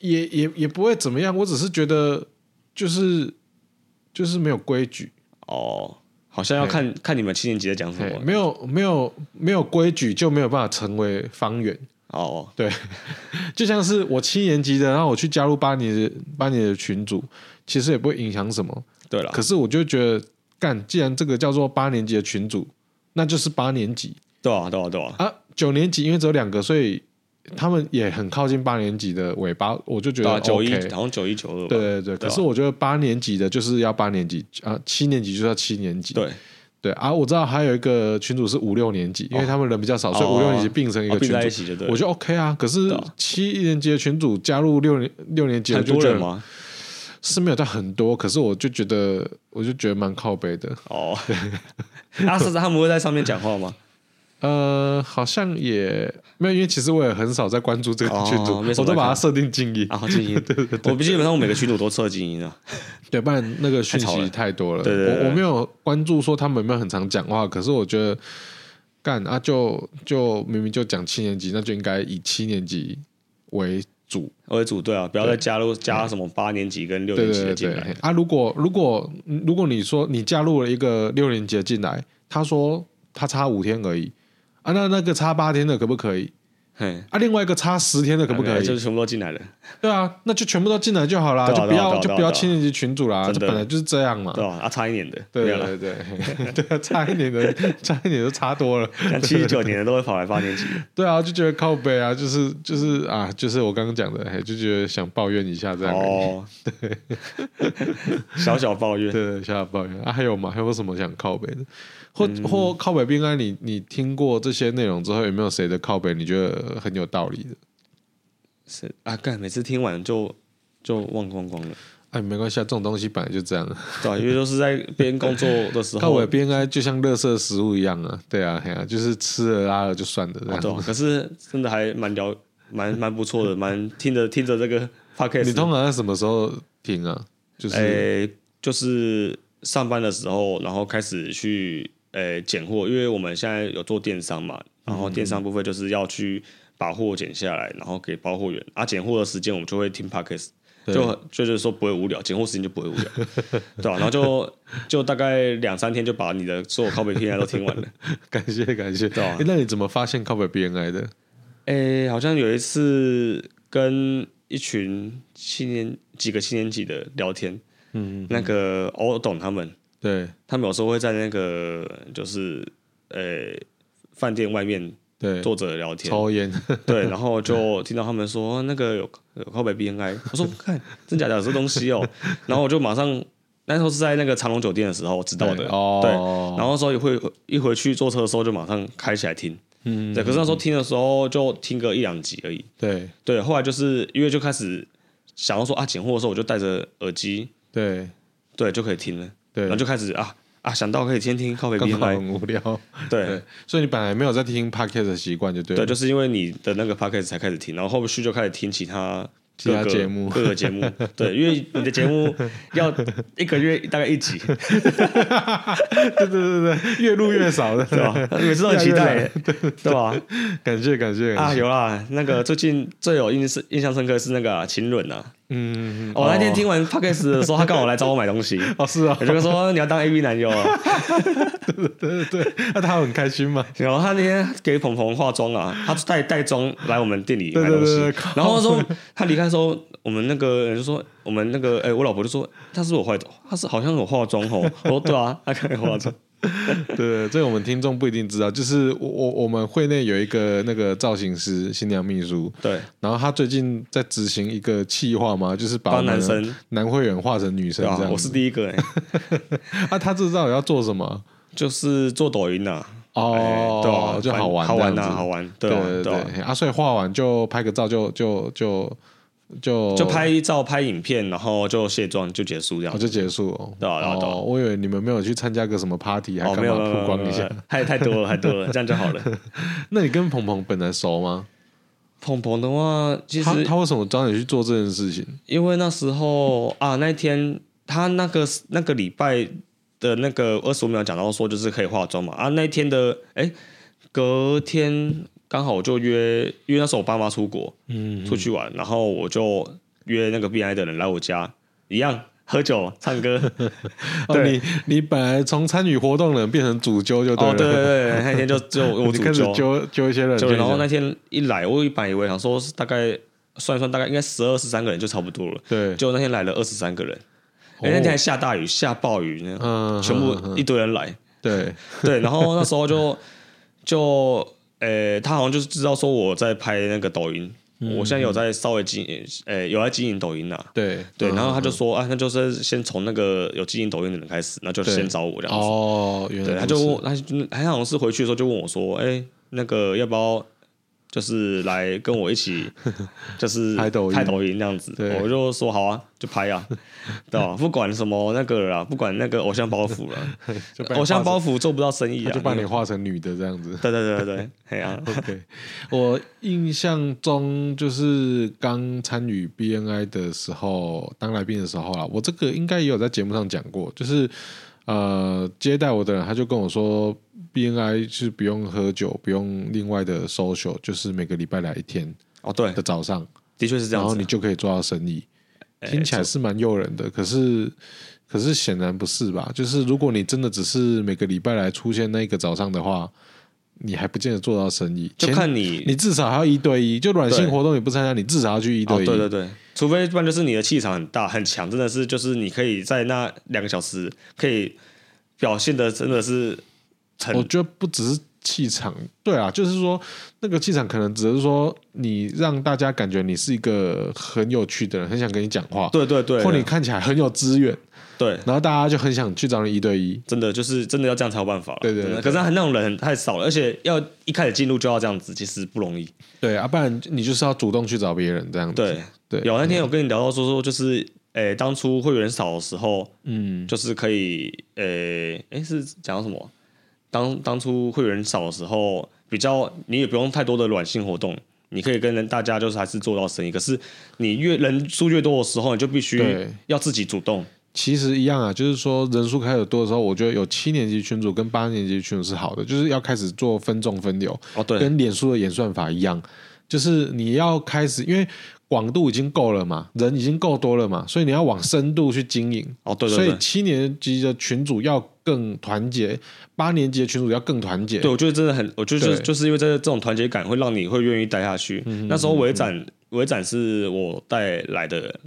Speaker 3: 也也也不会怎么样，我只是觉得就是就是没有规矩，
Speaker 2: 哦，好像要看看你们七年级在讲什
Speaker 3: 嘿
Speaker 2: 么
Speaker 3: 没有没有没有规矩就没有办法成为方圆，
Speaker 2: 哦，
Speaker 3: 对，就像是我七年级的，然后我去加入八年级八年级的群组，其实也不会影响什么，
Speaker 2: 对了
Speaker 3: 可，是我就觉得干，既然这个叫做八年级的群组，那就是八年级。
Speaker 2: 对啊，对啊，对啊，
Speaker 3: 啊，九年级因为只有两个，所以他们也很靠近八年级的尾巴，我就觉
Speaker 2: 对
Speaker 3: 得
Speaker 2: 啊，
Speaker 3: OK,
Speaker 2: 九一好像九一九二吧，
Speaker 3: 对对对，可是我觉得八年级的就是要八年级啊，七年级就是要七年级。
Speaker 2: 对，
Speaker 3: 对啊，我知道还有一个群主是五六年级，因为他们人比较少，所以
Speaker 2: 哦
Speaker 3: 五六年级并成一
Speaker 2: 哦
Speaker 3: 个
Speaker 2: 并
Speaker 3: 群
Speaker 2: 在一
Speaker 3: 组，
Speaker 2: 起就对了，
Speaker 3: 我觉得 OK 啊。可是
Speaker 2: 对啊
Speaker 3: 七年级的群主加入六年六年级，
Speaker 2: 很多人
Speaker 3: 我就觉得
Speaker 2: 吗？
Speaker 3: 是没有到很多，可是我就觉得我就觉得蛮靠背的。
Speaker 2: 哦，阿是他们会在上面讲话吗？
Speaker 3: 呃，好像也没有，因为其实我也很少在关注这个群组，
Speaker 2: 哦没
Speaker 3: 我
Speaker 2: 什么
Speaker 3: 都
Speaker 2: 在
Speaker 3: 把它
Speaker 2: 看
Speaker 3: 设定静音。
Speaker 2: 啊，静 音，我基本上我每个群主都设静音啊。
Speaker 3: 对，不然那个讯
Speaker 2: 太吵
Speaker 3: 息
Speaker 2: 了
Speaker 3: 太多了。
Speaker 2: 对对对
Speaker 3: 我我没有关注说他们有没有很常讲话，可是我觉得干啊就就明明就讲七年级，那就应该以七年级为主。
Speaker 2: 我会组队啊，不要再加入加什么八年级跟六
Speaker 3: 对
Speaker 2: 年级
Speaker 3: 对
Speaker 2: 的进
Speaker 3: 对对
Speaker 2: 来。
Speaker 3: 啊！如果如果如果你说你加入了一个六年级的进来，他说他差五天而已啊，那那个差八天的可不可以？
Speaker 2: 嘿，
Speaker 3: 啊，另外一个差十天的可不可以？
Speaker 2: 就是全部都进来了，
Speaker 3: 对啊，那就全部都进来就好啦，
Speaker 2: 哎对啊
Speaker 3: 就不
Speaker 2: 对啊对
Speaker 3: 要
Speaker 2: 啊
Speaker 3: 就
Speaker 2: 对啊
Speaker 3: 不
Speaker 2: 对
Speaker 3: 要
Speaker 2: 啊
Speaker 3: 七年级群主啦，
Speaker 2: 真
Speaker 3: 这
Speaker 2: 的
Speaker 3: 本来就是这样嘛。
Speaker 2: 对吧？啊，差一年的，
Speaker 3: 对
Speaker 2: 没有了。
Speaker 3: 对对对 对啊，差一点的差一点就差多了。
Speaker 2: 像七九年的都会跑来八 年级，
Speaker 3: 对啊，就觉得靠背啊，就是就是啊，就是我刚刚讲的，嘿，就觉得想抱怨一下这样而已。
Speaker 2: 哦， 对，小小抱怨，
Speaker 3: 对对，想抱怨啊，还有吗？还有什么想靠背的？或、
Speaker 2: 嗯
Speaker 3: 或靠北病安，你你听过这些内容之后，有没有谁的靠北你觉得很有道理的？
Speaker 2: 是啊，干，每次听完就就忘光光了，
Speaker 3: 哎，没关系啊，这种东西本来就这样。
Speaker 2: 对啊，因为都是在边工作的 时
Speaker 3: 靠
Speaker 2: 候啊
Speaker 3: 北，病安就像垃圾食物一样啊，对啊，嘿啊，就是吃了拉了就算了这
Speaker 2: 啊
Speaker 3: 样。
Speaker 2: 对啊，可是真的还蛮聊，蛮蛮不错的，蛮听着听着这个 podcast，
Speaker 3: 你通常在什么时候听啊？就是、
Speaker 2: 诶、就是上班的时候，然后开始去诶、捡货，因为我们现在有做电商嘛，然后电商部分就是要去把货捡下来，然后给包货员。啊，捡货的时间我们就会听 podcast，
Speaker 3: 对
Speaker 2: 就就是说不会无聊，捡货时间就不会无 聊，对吧、然后就就大概两三天就把你的所有靠北片都听完 了。
Speaker 3: 感谢感谢。
Speaker 2: 对啊
Speaker 3: 诶那你怎么发现靠北 BNI 的？
Speaker 2: 诶、好像有一次跟一群七年几个七年级的聊天，嗯，那个欧董他们。
Speaker 3: 对
Speaker 2: 他们有时候会在那个就是呃饭店外面
Speaker 3: 对，
Speaker 2: 坐着聊天，
Speaker 3: 抽烟，
Speaker 2: 对，然后就听到他们说那个有有靠北 BNI，我说看真假的有这东西哦， 然后我就马上那时候是在那个长隆酒店的时候知道的
Speaker 3: 对，哦，
Speaker 2: 对然后说一回一回去坐车的时候就马上开起来听，嗯，对，可是那时候听的时候就听个一两集而已，
Speaker 3: 对
Speaker 2: 对，后来就是因为就开始想要说啊捡货的时候我就戴着耳机，
Speaker 3: 对
Speaker 2: 对，就可以听了，
Speaker 3: 对，
Speaker 2: 然后就开始啊啊想到可以先听靠北
Speaker 3: 刚好
Speaker 2: BNI，
Speaker 3: 很无聊，
Speaker 2: 对
Speaker 3: 对，所以你本来没有在听 podcast 的习惯，就对了，
Speaker 2: 对，就是因为你的那个 podcast 才开始听，然后后续就开始听其他
Speaker 3: 其他
Speaker 2: 各个
Speaker 3: 节目
Speaker 2: 各个节 目。对，因为你的节目要一个月大概一 集，
Speaker 3: 对对对对，越录越少的，
Speaker 2: 对啊吧？每次都很期待，对吧？
Speaker 3: 感谢感谢
Speaker 2: 啊，
Speaker 3: 感谢，
Speaker 2: 有啦，那个最近最有印是印象深刻是那个啊秦伦啊，
Speaker 3: 嗯，嗯嗯
Speaker 2: 我那天听完 podcast 的时候，他刚好来找我买东西，
Speaker 3: 哦是啊
Speaker 2: 我，就跟他说你要当 A B 男优啊，
Speaker 3: 对对对，那他很开心吗？
Speaker 2: 然后他那天给鹏鹏化妆啊，他带带妆来我们店里
Speaker 3: 对
Speaker 2: 买
Speaker 3: 对
Speaker 2: 东西。
Speaker 3: 对对靠
Speaker 2: 然后他说他离开的时候，我们那个人就说我们那个哎、我老婆就说他是不是有化妆，他是好像有化妆 哦。我说对啊，他可能有化妆。
Speaker 3: 对对，这个我们听众不一定知道，就是我我我们会内有一个那个造型师新娘秘书，
Speaker 2: 对，
Speaker 3: 然后他最近在执行一个企划嘛，就是把
Speaker 2: 帮
Speaker 3: 我们
Speaker 2: 男生
Speaker 3: 男会员化成女生
Speaker 2: 对啊
Speaker 3: 这样，子。
Speaker 2: 我是第一个、哎
Speaker 3: 啊，他这到底要做什么？
Speaker 2: 就是做抖音呐、哎对啊
Speaker 3: 哦，就好玩
Speaker 2: 好玩
Speaker 3: 这
Speaker 2: 啊，
Speaker 3: 样子
Speaker 2: 好玩，对
Speaker 3: 对
Speaker 2: 啊
Speaker 3: 对
Speaker 2: 对啊，
Speaker 3: 对啊，所以画完就拍个照就，就就就
Speaker 2: 就拍照、拍影片，然后就卸妆就结束这
Speaker 3: 哦
Speaker 2: 样。
Speaker 3: 就结束哦。
Speaker 2: 对啊对啊对啊
Speaker 3: 哦，我以为你们没有去参加个什么 party，还
Speaker 2: 哦，
Speaker 3: 干
Speaker 2: 没有
Speaker 3: 嘛
Speaker 2: 没有
Speaker 3: 曝光一，
Speaker 2: 没有
Speaker 3: 下
Speaker 2: 没？有太太多了，太多了，这样就好了。
Speaker 3: 那你跟鹏鹏本来熟吗？
Speaker 2: 鹏鹏的话，其
Speaker 3: 他
Speaker 2: 实
Speaker 3: 他为什么找你去做这件事情？
Speaker 2: 因为那时候啊，那一天他那个那个礼拜的那个二十五秒讲到说就是可以化妆嘛啊，那一天的哎、隔天刚好我就约，因为那时候我爸妈出国，嗯，出去玩，然后我就约那个 B I 的人来我家，一样喝酒唱歌，
Speaker 3: 哦，
Speaker 2: 对
Speaker 3: 你你本来从参与活动的人变成主揪就
Speaker 2: 哦，
Speaker 3: 了，
Speaker 2: 对对对，那天就就我
Speaker 3: 你
Speaker 2: 主
Speaker 3: 开始
Speaker 2: 揪
Speaker 3: 揪揪一些人，
Speaker 2: 就
Speaker 3: 一些
Speaker 2: 然后
Speaker 3: 人
Speaker 2: 那天一来，我一本来以为想说是大概算一算，大概应该十二十三个人就差不多了。
Speaker 3: 对，
Speaker 2: 结果那天来了二十三个人，
Speaker 3: 哦
Speaker 2: 哎、那天还下大雨，下暴雨呢，
Speaker 3: 嗯
Speaker 2: 全
Speaker 3: 嗯
Speaker 2: 部
Speaker 3: 嗯
Speaker 2: 一堆人来。
Speaker 3: 对
Speaker 2: 对，然后那时候就就呃、他好像就是知道说我在拍那个抖音，
Speaker 3: 嗯
Speaker 2: 我现在有在稍微经营，呃、有在经营抖音呐、
Speaker 3: 对
Speaker 2: 对，然后他
Speaker 3: 嗯
Speaker 2: 就说啊，那就是先从那个有经营抖音的人开始，那就
Speaker 3: 对
Speaker 2: 先找我这样子。
Speaker 3: 哦，原
Speaker 2: 对，
Speaker 3: 来
Speaker 2: 他
Speaker 3: 如
Speaker 2: 就
Speaker 3: 此
Speaker 2: 问他就他好像是回去的时候就问我说：“哎、那个要不要就是来跟我一 起，就是
Speaker 3: 拍抖音
Speaker 2: 拍抖音那样子？”
Speaker 3: 对
Speaker 2: 我就说好啊，就拍 啊，对吧？不管什么那个了啦，不管那个偶像包袱了，
Speaker 3: 就把你
Speaker 2: 偶像
Speaker 3: 画成
Speaker 2: 包袱做不到生意
Speaker 3: 他
Speaker 2: 啊，
Speaker 3: 就把你
Speaker 2: 那个
Speaker 3: 画成女的这样子。
Speaker 2: 对对对对对，哎 呀、
Speaker 3: OK，我印象中就是刚参与 BNI 的时候，当来宾的时候啦，我这个应该也有在节目上讲过，就是呃，接待我的人他就跟我说，BNI 是不用喝酒，不用另外的 social，就是每个礼拜来一天
Speaker 2: 哦对
Speaker 3: 的，早上，
Speaker 2: 的确是这
Speaker 3: 然
Speaker 2: 样
Speaker 3: 后
Speaker 2: 子
Speaker 3: 你
Speaker 2: 啊，
Speaker 3: 就可以做到生意。
Speaker 2: 哎
Speaker 3: 听起来是蛮诱人的，可是可是显然不是吧？就是如果你真的只是每个礼拜来出现那个早上的话，你还不见得做到生意。
Speaker 2: 就
Speaker 3: 前
Speaker 2: 看你
Speaker 3: 你至少还要一对一，就软性活动你不参加，你至少要去一
Speaker 2: 哦
Speaker 3: 对一。
Speaker 2: 对对对，除非不然就是你的气场很大很强，真的是就是你可以在那两个小时可以表现的真的是很
Speaker 3: 我觉得不只是气场，对啊，就是说那个气场可能只是说你让大家感觉你是一个很有趣的人，很想跟你讲话，
Speaker 2: 对对对，
Speaker 3: 或你看起来很有资源，
Speaker 2: 对。
Speaker 3: 然后大家就很想去找你一对一。
Speaker 2: 真的就是真的要这样才有办法了。
Speaker 3: 对对
Speaker 2: 真的
Speaker 3: 对
Speaker 2: 可是他那种人太少了，而且要一开始进入就要这样子，其实不容易。
Speaker 3: 对啊，不然你就是要主动去找别人这样子。
Speaker 2: 对
Speaker 3: 对，
Speaker 2: 有那天我跟你聊到说说，就是诶、当初会员少的时候，
Speaker 3: 嗯，
Speaker 2: 就是可以诶诶、是讲到什么？当当初会员少的时候，比较你也不用太多的软性活动。你可以跟人大家就是还是做到生意，可是你越人数越多的时候，你就必须
Speaker 3: 对
Speaker 2: 要自己主动。
Speaker 3: 其实一样啊，就是说人数开始多的时候，我觉得有七年级群组跟八年级群组是好的，就是要开始做分众分流，
Speaker 2: 哦，对，
Speaker 3: 跟脸书的演算法一样，就是你要开始，因为广度已经够了嘛，人已经够多了嘛，所以你要往深度去经营。
Speaker 2: 哦，对对
Speaker 3: 所
Speaker 2: 对
Speaker 3: 以，七年级的群组要更团结，八年级的群组要更团结。
Speaker 2: 对，我觉得真的很，我觉得就是
Speaker 3: 对嗯
Speaker 2: 就是因为这这种团结感，会让你会愿意待下去。那时候维展维展是我带来的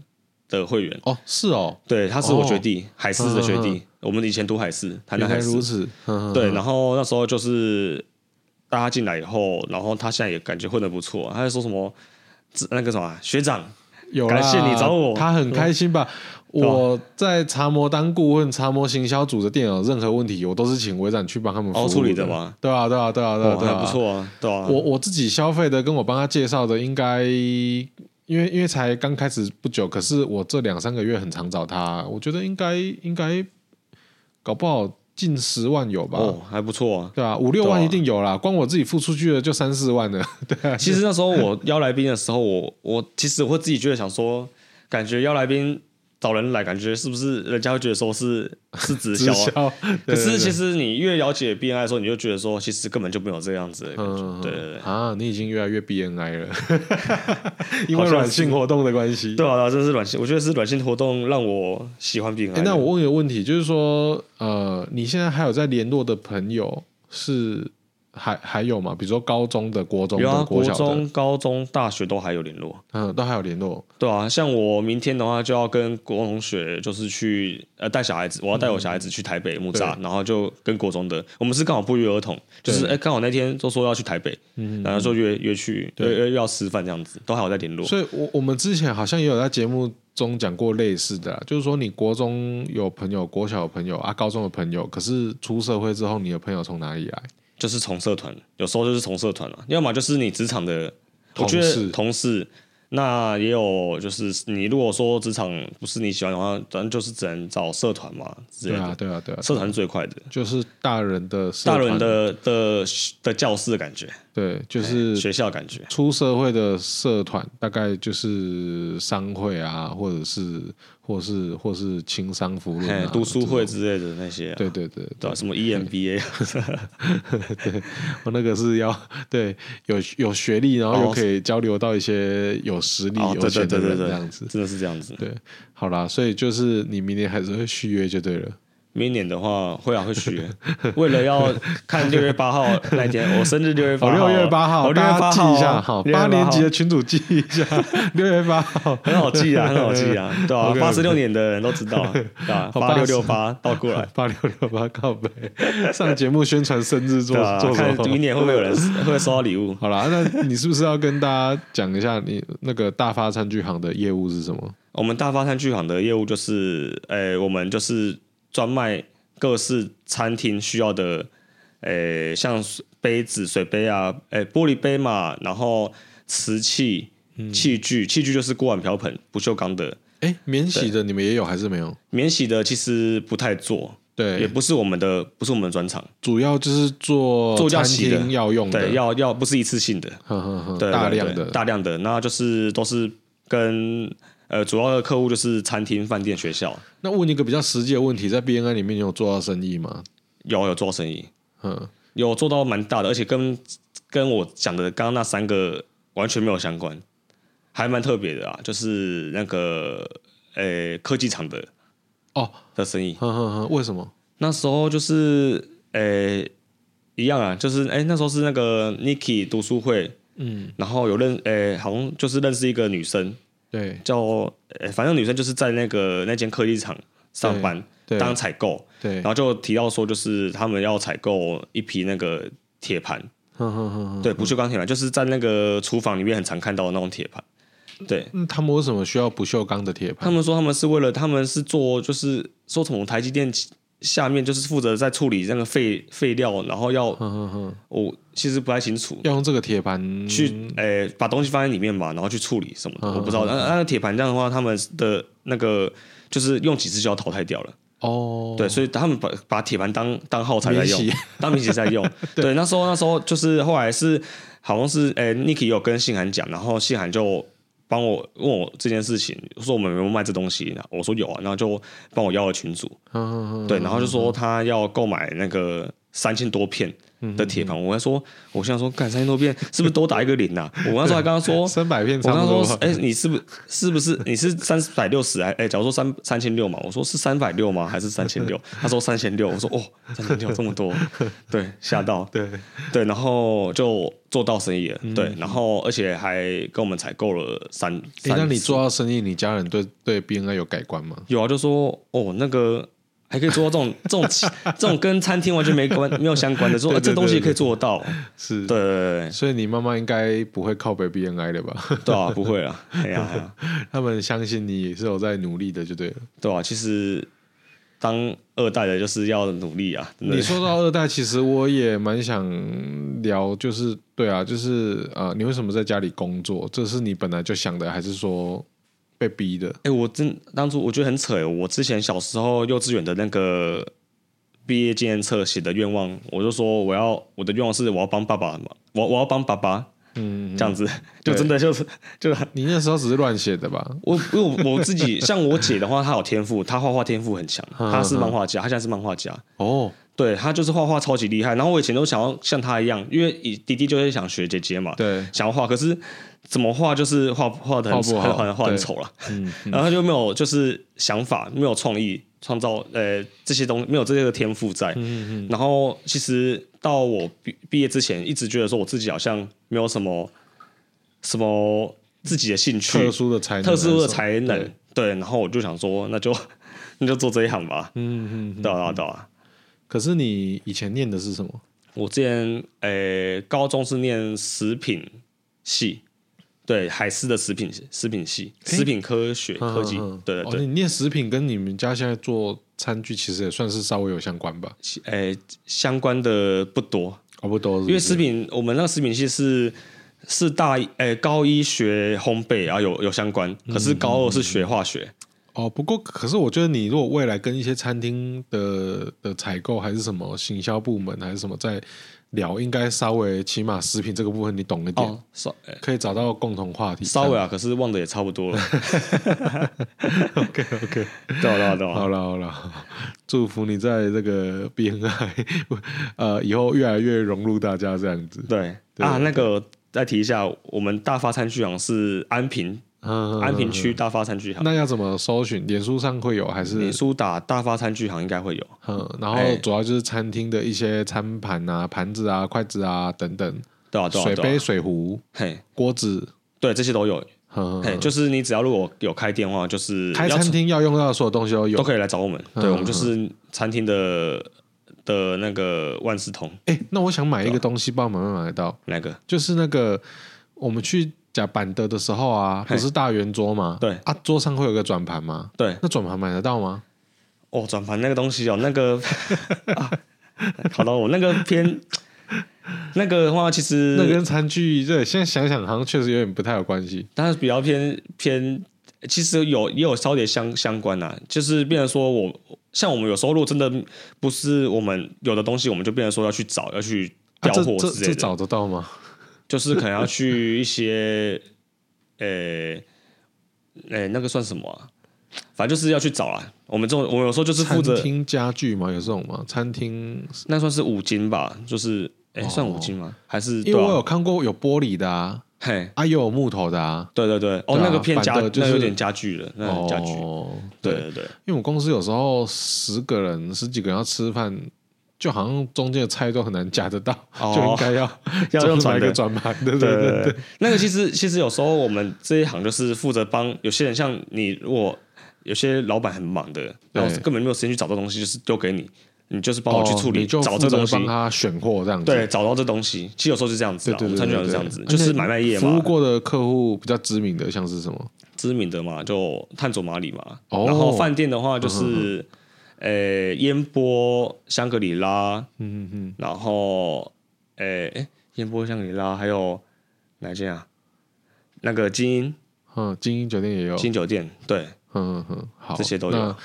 Speaker 2: 的会员，
Speaker 3: 哦，是哦，
Speaker 2: 对，他是我学弟，海事的学弟，
Speaker 3: 嗯
Speaker 2: 我们以前读海事，台南
Speaker 3: 原来
Speaker 2: 海事
Speaker 3: 如。此。嗯呵呵
Speaker 2: 对，然后那时候就是大家进来以后，然后他现在也感觉混得不错，他就说什么自那个什么啊学长，
Speaker 3: 有啦
Speaker 2: 感谢你找我嗯
Speaker 3: 他很开心吧？
Speaker 2: 吧
Speaker 3: 我在茶魔当顾问，茶魔行销组的店有任何问题，我都是请微展去帮他们服务
Speaker 2: 哦处理的吗？
Speaker 3: 对啊，对啊，对啊，对啊，
Speaker 2: 哦，
Speaker 3: 对
Speaker 2: 还
Speaker 3: 啊，
Speaker 2: 不。错啊，对啊，
Speaker 3: 我我自己消费的，跟我帮他介绍的，应该因为因为才刚开始不久，可是我这两三个月很常找他，我觉得应该应该搞不好近十万有吧。
Speaker 2: 哦还不错啊。
Speaker 3: 对啊，五六万
Speaker 2: 对啊
Speaker 3: 一定有啦，光我自己付出去的就三四万了。对啊，
Speaker 2: 其实那时候我邀来宾的时候，我我其实我会自己觉得想说，感觉邀来宾找人来，感觉是不是人家会觉得说是 是直销、
Speaker 3: 直
Speaker 2: 啊？
Speaker 3: 销。
Speaker 2: 可
Speaker 3: 对
Speaker 2: 是
Speaker 3: 对
Speaker 2: 其
Speaker 3: 对
Speaker 2: 实你越了解 BNI 的时候，你就觉得说，其实根本就没有这样子的感觉。
Speaker 3: 嗯，
Speaker 2: 对对对，
Speaker 3: 啊，你已经越来越 BNI 了，因
Speaker 2: 好
Speaker 3: 为
Speaker 2: 像
Speaker 3: 软性活动的关系。
Speaker 2: 对啊，对啊这是软性，我觉得是软性活动让我喜欢 BNI
Speaker 3: 诶
Speaker 2: 的。
Speaker 3: 哎那我问一个问题，就是说，呃，你现在还有在联络的朋友是还还有吗？比如说高中的、国中
Speaker 2: 有
Speaker 3: 的、
Speaker 2: 啊，国
Speaker 3: 小的，
Speaker 2: 中、高中、大学都还有联络。
Speaker 3: 嗯，都还有联络。
Speaker 2: 对啊，像我明天的话就要跟国中同学，就是去呃带小孩子，我要带我小
Speaker 3: 嗯
Speaker 2: 孩子去台北木栅，然后就跟国中的，我们是刚好不约而同，就是
Speaker 3: 对嗯
Speaker 2: 哎刚好那天都说要去台北，然后就约约去约约约要吃饭这样子，都还有在联络。
Speaker 3: 所以我我们之前好像也有在节目中讲过类似的啦，啊就是说你国中有朋友，国小有朋友啊，高中有朋友，可是出社会之后，你的朋友从哪里来？
Speaker 2: 就是从社团，有时候就是从社团了、要么就是你职场的，我
Speaker 3: 同
Speaker 2: 觉
Speaker 3: 事
Speaker 2: 得同事。那也有，就是你如果说职场不是你喜欢的话，咱就是只能找社团嘛之类
Speaker 3: 对
Speaker 2: 的。
Speaker 3: 啊，对啊，对啊，
Speaker 2: 社团是最快的，
Speaker 3: 就是大人的社
Speaker 2: 大
Speaker 3: 团
Speaker 2: 人的哎的的教室的感觉，
Speaker 3: 对，就是
Speaker 2: 学校的感觉。
Speaker 3: 出社会的社团大概就是商会啊，或者是或是或是青商福论
Speaker 2: 哎
Speaker 3: 啊，，
Speaker 2: 读书会
Speaker 3: 这种，
Speaker 2: 之类的那些啊、
Speaker 3: 对对对，
Speaker 2: 对啊、什么 EMBA，
Speaker 3: 我那个是要对有有学历，然后
Speaker 2: 哦
Speaker 3: 又可以交流到一些有实力、
Speaker 2: 哦，
Speaker 3: 有
Speaker 2: 对对
Speaker 3: 钱
Speaker 2: 对对
Speaker 3: 的人
Speaker 2: 对，
Speaker 3: 这样子。
Speaker 2: 真的是这样子。
Speaker 3: 对，好啦，所以就是你明年还是会续约就 对了。
Speaker 2: 明年的话会啊会续， 为了要看六月八号那一天，我生日六月
Speaker 3: 哦，
Speaker 2: 八号，
Speaker 3: 六月八号，
Speaker 2: 我六月
Speaker 3: 大
Speaker 2: 八
Speaker 3: 家记
Speaker 2: 号
Speaker 3: 一下，好，
Speaker 2: 6月8
Speaker 3: 八
Speaker 2: 号
Speaker 3: 年级的群主记一下， 六月八号，
Speaker 2: 很好记 啊，很好记啊，对啊，
Speaker 3: OK，OK
Speaker 2: 八十六年的人都知道啊，对吧？
Speaker 3: 好
Speaker 2: 八六六
Speaker 3: 80
Speaker 2: 八倒过来，
Speaker 3: 八六六八靠北，上节目宣传生日 做
Speaker 2: 对啊，
Speaker 3: 做什
Speaker 2: 看明
Speaker 3: 么？
Speaker 2: 年会不会有人会不会收到礼物？
Speaker 3: 好啦，那你是不是要跟大家讲一下你那个大发餐具行的业务是什么？
Speaker 2: 我们大发餐具行的业务就是，诶、我们就是专卖各式餐厅需要的，诶、像水杯子、水杯啊，诶、玻璃杯嘛，然后瓷器、
Speaker 3: 嗯
Speaker 2: 器具，器具就是锅碗瓢盆、不锈钢的，
Speaker 3: 哎，免洗的你们也有还是没有？
Speaker 2: 免洗的其实不太做，也
Speaker 3: 对，
Speaker 2: 不是我们的，不是我们的专场，
Speaker 3: 主要就是做
Speaker 2: 做要
Speaker 3: 餐
Speaker 2: 洗的
Speaker 3: 厅要用的，
Speaker 2: 对，要要不是一次性的，
Speaker 3: 呵呵呵
Speaker 2: 对，
Speaker 3: 大
Speaker 2: 对
Speaker 3: 量
Speaker 2: 对
Speaker 3: 的，
Speaker 2: 大量的，那就是都是跟呃主要的客户就是餐厅、饭店、学校，
Speaker 3: 那问一个比较实际的问题，在 BNI 里面你有做到生意吗？
Speaker 2: 有有做生意，
Speaker 3: 嗯，
Speaker 2: 有做到蛮大的，而且跟跟我讲的刚刚那三个完全没有相关，还蛮特别的啊，就是那个呃、科技厂的
Speaker 3: 哦，
Speaker 2: 的生意，
Speaker 3: 呵呵呵，为什么？
Speaker 2: 那时候就是呃、一样啊，就是哎、那时候是那个 Niki 读书会，嗯，然后有认呃、好像就是认识一个女生，
Speaker 3: 对
Speaker 2: 叫呃、反正女生就是在那个那间科技厂上班
Speaker 3: 对
Speaker 2: 当采购，
Speaker 3: 对
Speaker 2: 然，后就提到说就是他们要采购一批那个铁盘。
Speaker 3: 呵呵呵呵。
Speaker 2: 对，不锈钢铁盘就是在那个厨房里面很常看到的那种铁盘。对
Speaker 3: 嗯，他们为什么需要不锈钢的铁
Speaker 2: 他
Speaker 3: 盘？
Speaker 2: 们说，他们是为了他们是做就是说从台积电下面就是负责在处理那个废废料，然后要
Speaker 3: 呵呵呵，
Speaker 2: 我其实不太清楚。
Speaker 3: 要用这个铁盘
Speaker 2: 去诶、把东西放在里面嘛，然后去处理什么的，我不知道。那那铁盘这样的话，他们的那个就是用几次就要淘汰掉了。
Speaker 3: 哦，
Speaker 2: 对，所以他们把把铁盘当当耗材来用
Speaker 3: 免洗，
Speaker 2: 当免洗在 用。对那时候那时候就是后来是好像是诶、n i k i 有跟信涵讲，然后信涵就帮我问我这件事情，说我们有没有卖这东西，我说有啊，然后就帮我要了群主，
Speaker 3: 呵呵呵，
Speaker 2: 对，然后就说他要购买那个三千多片。
Speaker 3: 嗯
Speaker 2: 的铁盘，我还说，我现在说，干三千多片是不是多打一个零 啊？我那时候还跟他说，
Speaker 3: 三百片
Speaker 2: 我
Speaker 3: 差
Speaker 2: 刚
Speaker 3: 不多
Speaker 2: 说
Speaker 3: 吧。，
Speaker 2: 哎、你是不是不是你是三百六十还哎？假如说三三千六嘛，我说是三百六吗？还是三 千六？他说三千六，我说哦，三千六这么多，对，吓 到，
Speaker 3: 对，
Speaker 2: 对，然后就做到生意了，
Speaker 3: 嗯
Speaker 2: 对，然后而且还跟我们采购了三，
Speaker 3: 诶
Speaker 2: 三
Speaker 3: 那你
Speaker 2: 次
Speaker 3: 做到生意，你家人对对 BNI 有改观吗？
Speaker 2: 有啊？就说哦，那个还可以做到这种这种奇这种跟餐厅完全没关没有相关 的，说
Speaker 3: 对
Speaker 2: 呃
Speaker 3: 对
Speaker 2: 这东西
Speaker 3: 对
Speaker 2: 也可以做得到，
Speaker 3: 是
Speaker 2: 对，对对
Speaker 3: 所以你妈妈应该不会靠北 BNI 的吧？
Speaker 2: 对 对啊，不会啊，哎呀哎呀。
Speaker 3: 他们相信你也是有在努力的，就对了。
Speaker 2: 对啊，其实当二代的就是要努力啊，真的
Speaker 3: 你说到二代，其实我也蛮想聊，就是对啊，就是呃，你为什么在家里工作？这是你本来就想的，还是说被逼的？
Speaker 2: 哎、我真当初我觉得很扯耶。欸我之前小时候幼稚园的那个毕业纪念册写的愿望，我就说我要我的愿望是我要帮爸爸嘛，我我要帮爸爸，嗯，这样子 就
Speaker 3: 对
Speaker 2: 真的就是就是
Speaker 3: 你那时候只是乱写的吧？
Speaker 2: 我因为我我自己像我姐的话，她有天赋，她画画天赋很强，
Speaker 3: 嗯
Speaker 2: 她是漫画家，她现在是漫画家，
Speaker 3: 哦，
Speaker 2: 对她就是画画超级厉害。然后我以前都想要像她一样，因为以弟弟就会想学姐姐嘛，
Speaker 3: 对，
Speaker 2: 想要画，可是怎么画就是画画的很
Speaker 3: 画不好
Speaker 2: 很很 画很
Speaker 3: 对嗯
Speaker 2: 丑了， 然后就没有就是想法，没有创意，创造呃这些东西没有这些的天赋
Speaker 3: 嗯
Speaker 2: 在。然后其实到我毕毕业之前，一直觉得说我自己好像没有什么什么自己的兴趣，
Speaker 3: 特殊的才能，
Speaker 2: 特殊的
Speaker 3: 还
Speaker 2: 才
Speaker 3: 是
Speaker 2: 能，
Speaker 3: 对
Speaker 2: 对。然后我就想说，那就 那就做这一行吧。嗯嗯，对啊对啊对啊。
Speaker 3: 可是你以前念的是什么？
Speaker 2: 我之前诶、高中是念食品系，对海事的食品食品系，
Speaker 3: 诶
Speaker 2: 食品科学科技
Speaker 3: 嗯嗯嗯，
Speaker 2: 对对
Speaker 3: 哦，
Speaker 2: 对，
Speaker 3: 你念食品跟你们家现在做餐具，其实也算是稍微有相关吧？
Speaker 2: 诶、相关的不多，
Speaker 3: 搞不多是不是，
Speaker 2: 因为食品，我们那个食品系是是大一，诶、高一学烘焙啊，有有相关，
Speaker 3: 嗯
Speaker 2: 可是高二是学化学，
Speaker 3: 哦，不过可是我觉得你如果未来跟一些餐厅的的采购还是什么行销部门还是什么在聊，应该稍微起码食品这个部分你懂一点，
Speaker 2: 哦，稍诶
Speaker 3: 可以找到共同话题。
Speaker 2: 稍微啊，可是忘得也差不 多了。
Speaker 3: OK OK，
Speaker 2: 对啊对啊对啊
Speaker 3: 好了好了，祝福你在这个 BNI 呃以后越来越融入大家这样子。
Speaker 2: 对
Speaker 3: 对
Speaker 2: 啊，那个再提一下，我们大发餐具行是安平，
Speaker 3: 嗯，
Speaker 2: 安平区大发餐具行，
Speaker 3: 那要怎么搜寻？脸书上会有还是
Speaker 2: 脸？书打大发餐具行应该会有。
Speaker 3: 嗯，然后
Speaker 2: 哎
Speaker 3: 主要就是餐厅的一些餐盘啊、盘子啊、筷子啊等等，
Speaker 2: 对啊对啊
Speaker 3: 水
Speaker 2: 对
Speaker 3: 杯、
Speaker 2: 啊，
Speaker 3: 水壶、
Speaker 2: 嘿，
Speaker 3: 锅子。
Speaker 2: 对这些都有，
Speaker 3: 嗯，
Speaker 2: 嘿，就是你只要如果有开店的话，就是
Speaker 3: 开
Speaker 2: 要
Speaker 3: 餐厅要用到的所有东西都有嗯
Speaker 2: 都。可以来找我们。对，我们就是餐厅的的那个万事通
Speaker 3: 哎、那我想买一个
Speaker 2: 啊
Speaker 3: 东西，不知道买不买得到，
Speaker 2: 那个，
Speaker 3: 就是那个我们去甲板德的时候啊，
Speaker 2: 嘿
Speaker 3: 不是大圆桌吗？
Speaker 2: 对
Speaker 3: 啊，桌上会有个转盘吗？
Speaker 2: 对，
Speaker 3: 那转盘买得到吗？
Speaker 2: 哦，转盘那个东西哦，那 个啊，好了，我那个偏那个的话，其实
Speaker 3: 那跟餐具这现在想想好像确实有点不太有关系。
Speaker 2: 但是比较偏偏，其实有也有稍微相相关啦、就是变成说我像我们有时候如果真的不是我们有的东西，我们就变成说要去找要去
Speaker 3: 啊、
Speaker 2: 调
Speaker 3: 这
Speaker 2: 货
Speaker 3: 这
Speaker 2: 之
Speaker 3: 这
Speaker 2: 类的，
Speaker 3: 找得到吗？
Speaker 2: 就是可能要去一些，呃、呃、那个算什么啊？反正就是要去找啦。我们这种我们有时候就是负责
Speaker 3: 餐，厅家具吗？有这种吗？餐厅，
Speaker 2: 那算是五金吧，就是哎、
Speaker 3: 哦
Speaker 2: 算五金吗？还是
Speaker 3: 因为我
Speaker 2: 对啊
Speaker 3: 有看过有玻璃的啊，
Speaker 2: 嘿。
Speaker 3: 啊，也有木头的啊。
Speaker 2: 对对对，哦，
Speaker 3: 对啊
Speaker 2: 那个偏家，
Speaker 3: 反的就是
Speaker 2: 那有点家具了，那嗯有点家具，
Speaker 3: 哦，
Speaker 2: 对对对，
Speaker 3: 因为我们公司有时候十个人、十几个人要吃饭，就好像中间的菜都很难夹得到，
Speaker 2: 哦
Speaker 3: 就应该要
Speaker 2: 要用
Speaker 3: 就是
Speaker 2: 转
Speaker 3: 买一
Speaker 2: 的
Speaker 3: 个转盘， 对
Speaker 2: 对
Speaker 3: 对哦
Speaker 2: 对对，那个其实其实有时候我们这一行就是负责帮有些人，像你如果有些老板很忙的，然后根本没有时间去找这东西，就是丢给你，你就是帮我去处
Speaker 3: 哦
Speaker 2: 理、
Speaker 3: 你就
Speaker 2: 找这
Speaker 3: 负责
Speaker 2: 东西
Speaker 3: 帮，他选货这样子。
Speaker 2: 对，找到这东西。其实有时候是这样子
Speaker 3: 对
Speaker 2: 啊，我
Speaker 3: 对
Speaker 2: 们
Speaker 3: 对
Speaker 2: 餐
Speaker 3: 对
Speaker 2: 具行
Speaker 3: 对，
Speaker 2: 是这样子，
Speaker 3: 而且
Speaker 2: 就是买卖业
Speaker 3: 服务
Speaker 2: 嘛，
Speaker 3: 过的客户比较知名的，像是什么？
Speaker 2: 知名的嘛，就炭佐麻里嘛，
Speaker 3: 哦嗯
Speaker 2: 然后饭店的话就是。呃，烟波、香格里拉，
Speaker 3: 嗯嗯
Speaker 2: 然后，诶，诶烟波、香格里拉，还有哪一间啊？那个金鹰，
Speaker 3: 嗯，精英酒店也有，
Speaker 2: 金酒店，对，
Speaker 3: 嗯嗯嗯，好，
Speaker 2: 这些都有
Speaker 3: 那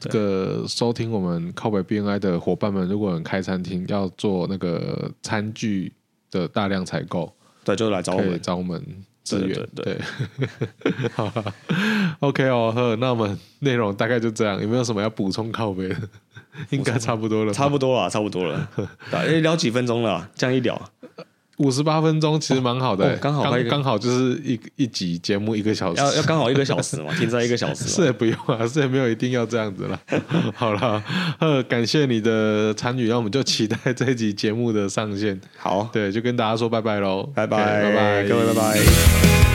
Speaker 3: 这个收听我们靠北 BNI 的伙伴们，如果有人开餐厅要做那个餐具的大量采购，
Speaker 2: 对，就来找我
Speaker 3: 可以
Speaker 2: 们。
Speaker 3: 找我们支援。
Speaker 2: 对
Speaker 3: 对 好了，OK 哦，呵，那我们内容大概就这样，有没有什么要补充靠北的？ 应该差不多了吧，
Speaker 2: 差不多了，差不多 了，对诶聊几分钟了，这样一聊，
Speaker 3: 五十八分钟，其实蛮好的、
Speaker 2: 哦哦刚好快一
Speaker 3: 刚
Speaker 2: 个
Speaker 3: 刚好就是一一集节目一个小时，
Speaker 2: 要要刚好一个小时嘛，停在一个小时嘛，
Speaker 3: 是也不用啊，是也没有一定要这样子啦。 好啦，呃，感谢你的参与，那我们就期待这一集节目的上线。
Speaker 2: 好，
Speaker 3: 对，就跟大家说拜拜喽，
Speaker 2: 拜
Speaker 3: OK，
Speaker 2: 拜，
Speaker 3: 拜拜，
Speaker 2: 各位拜拜。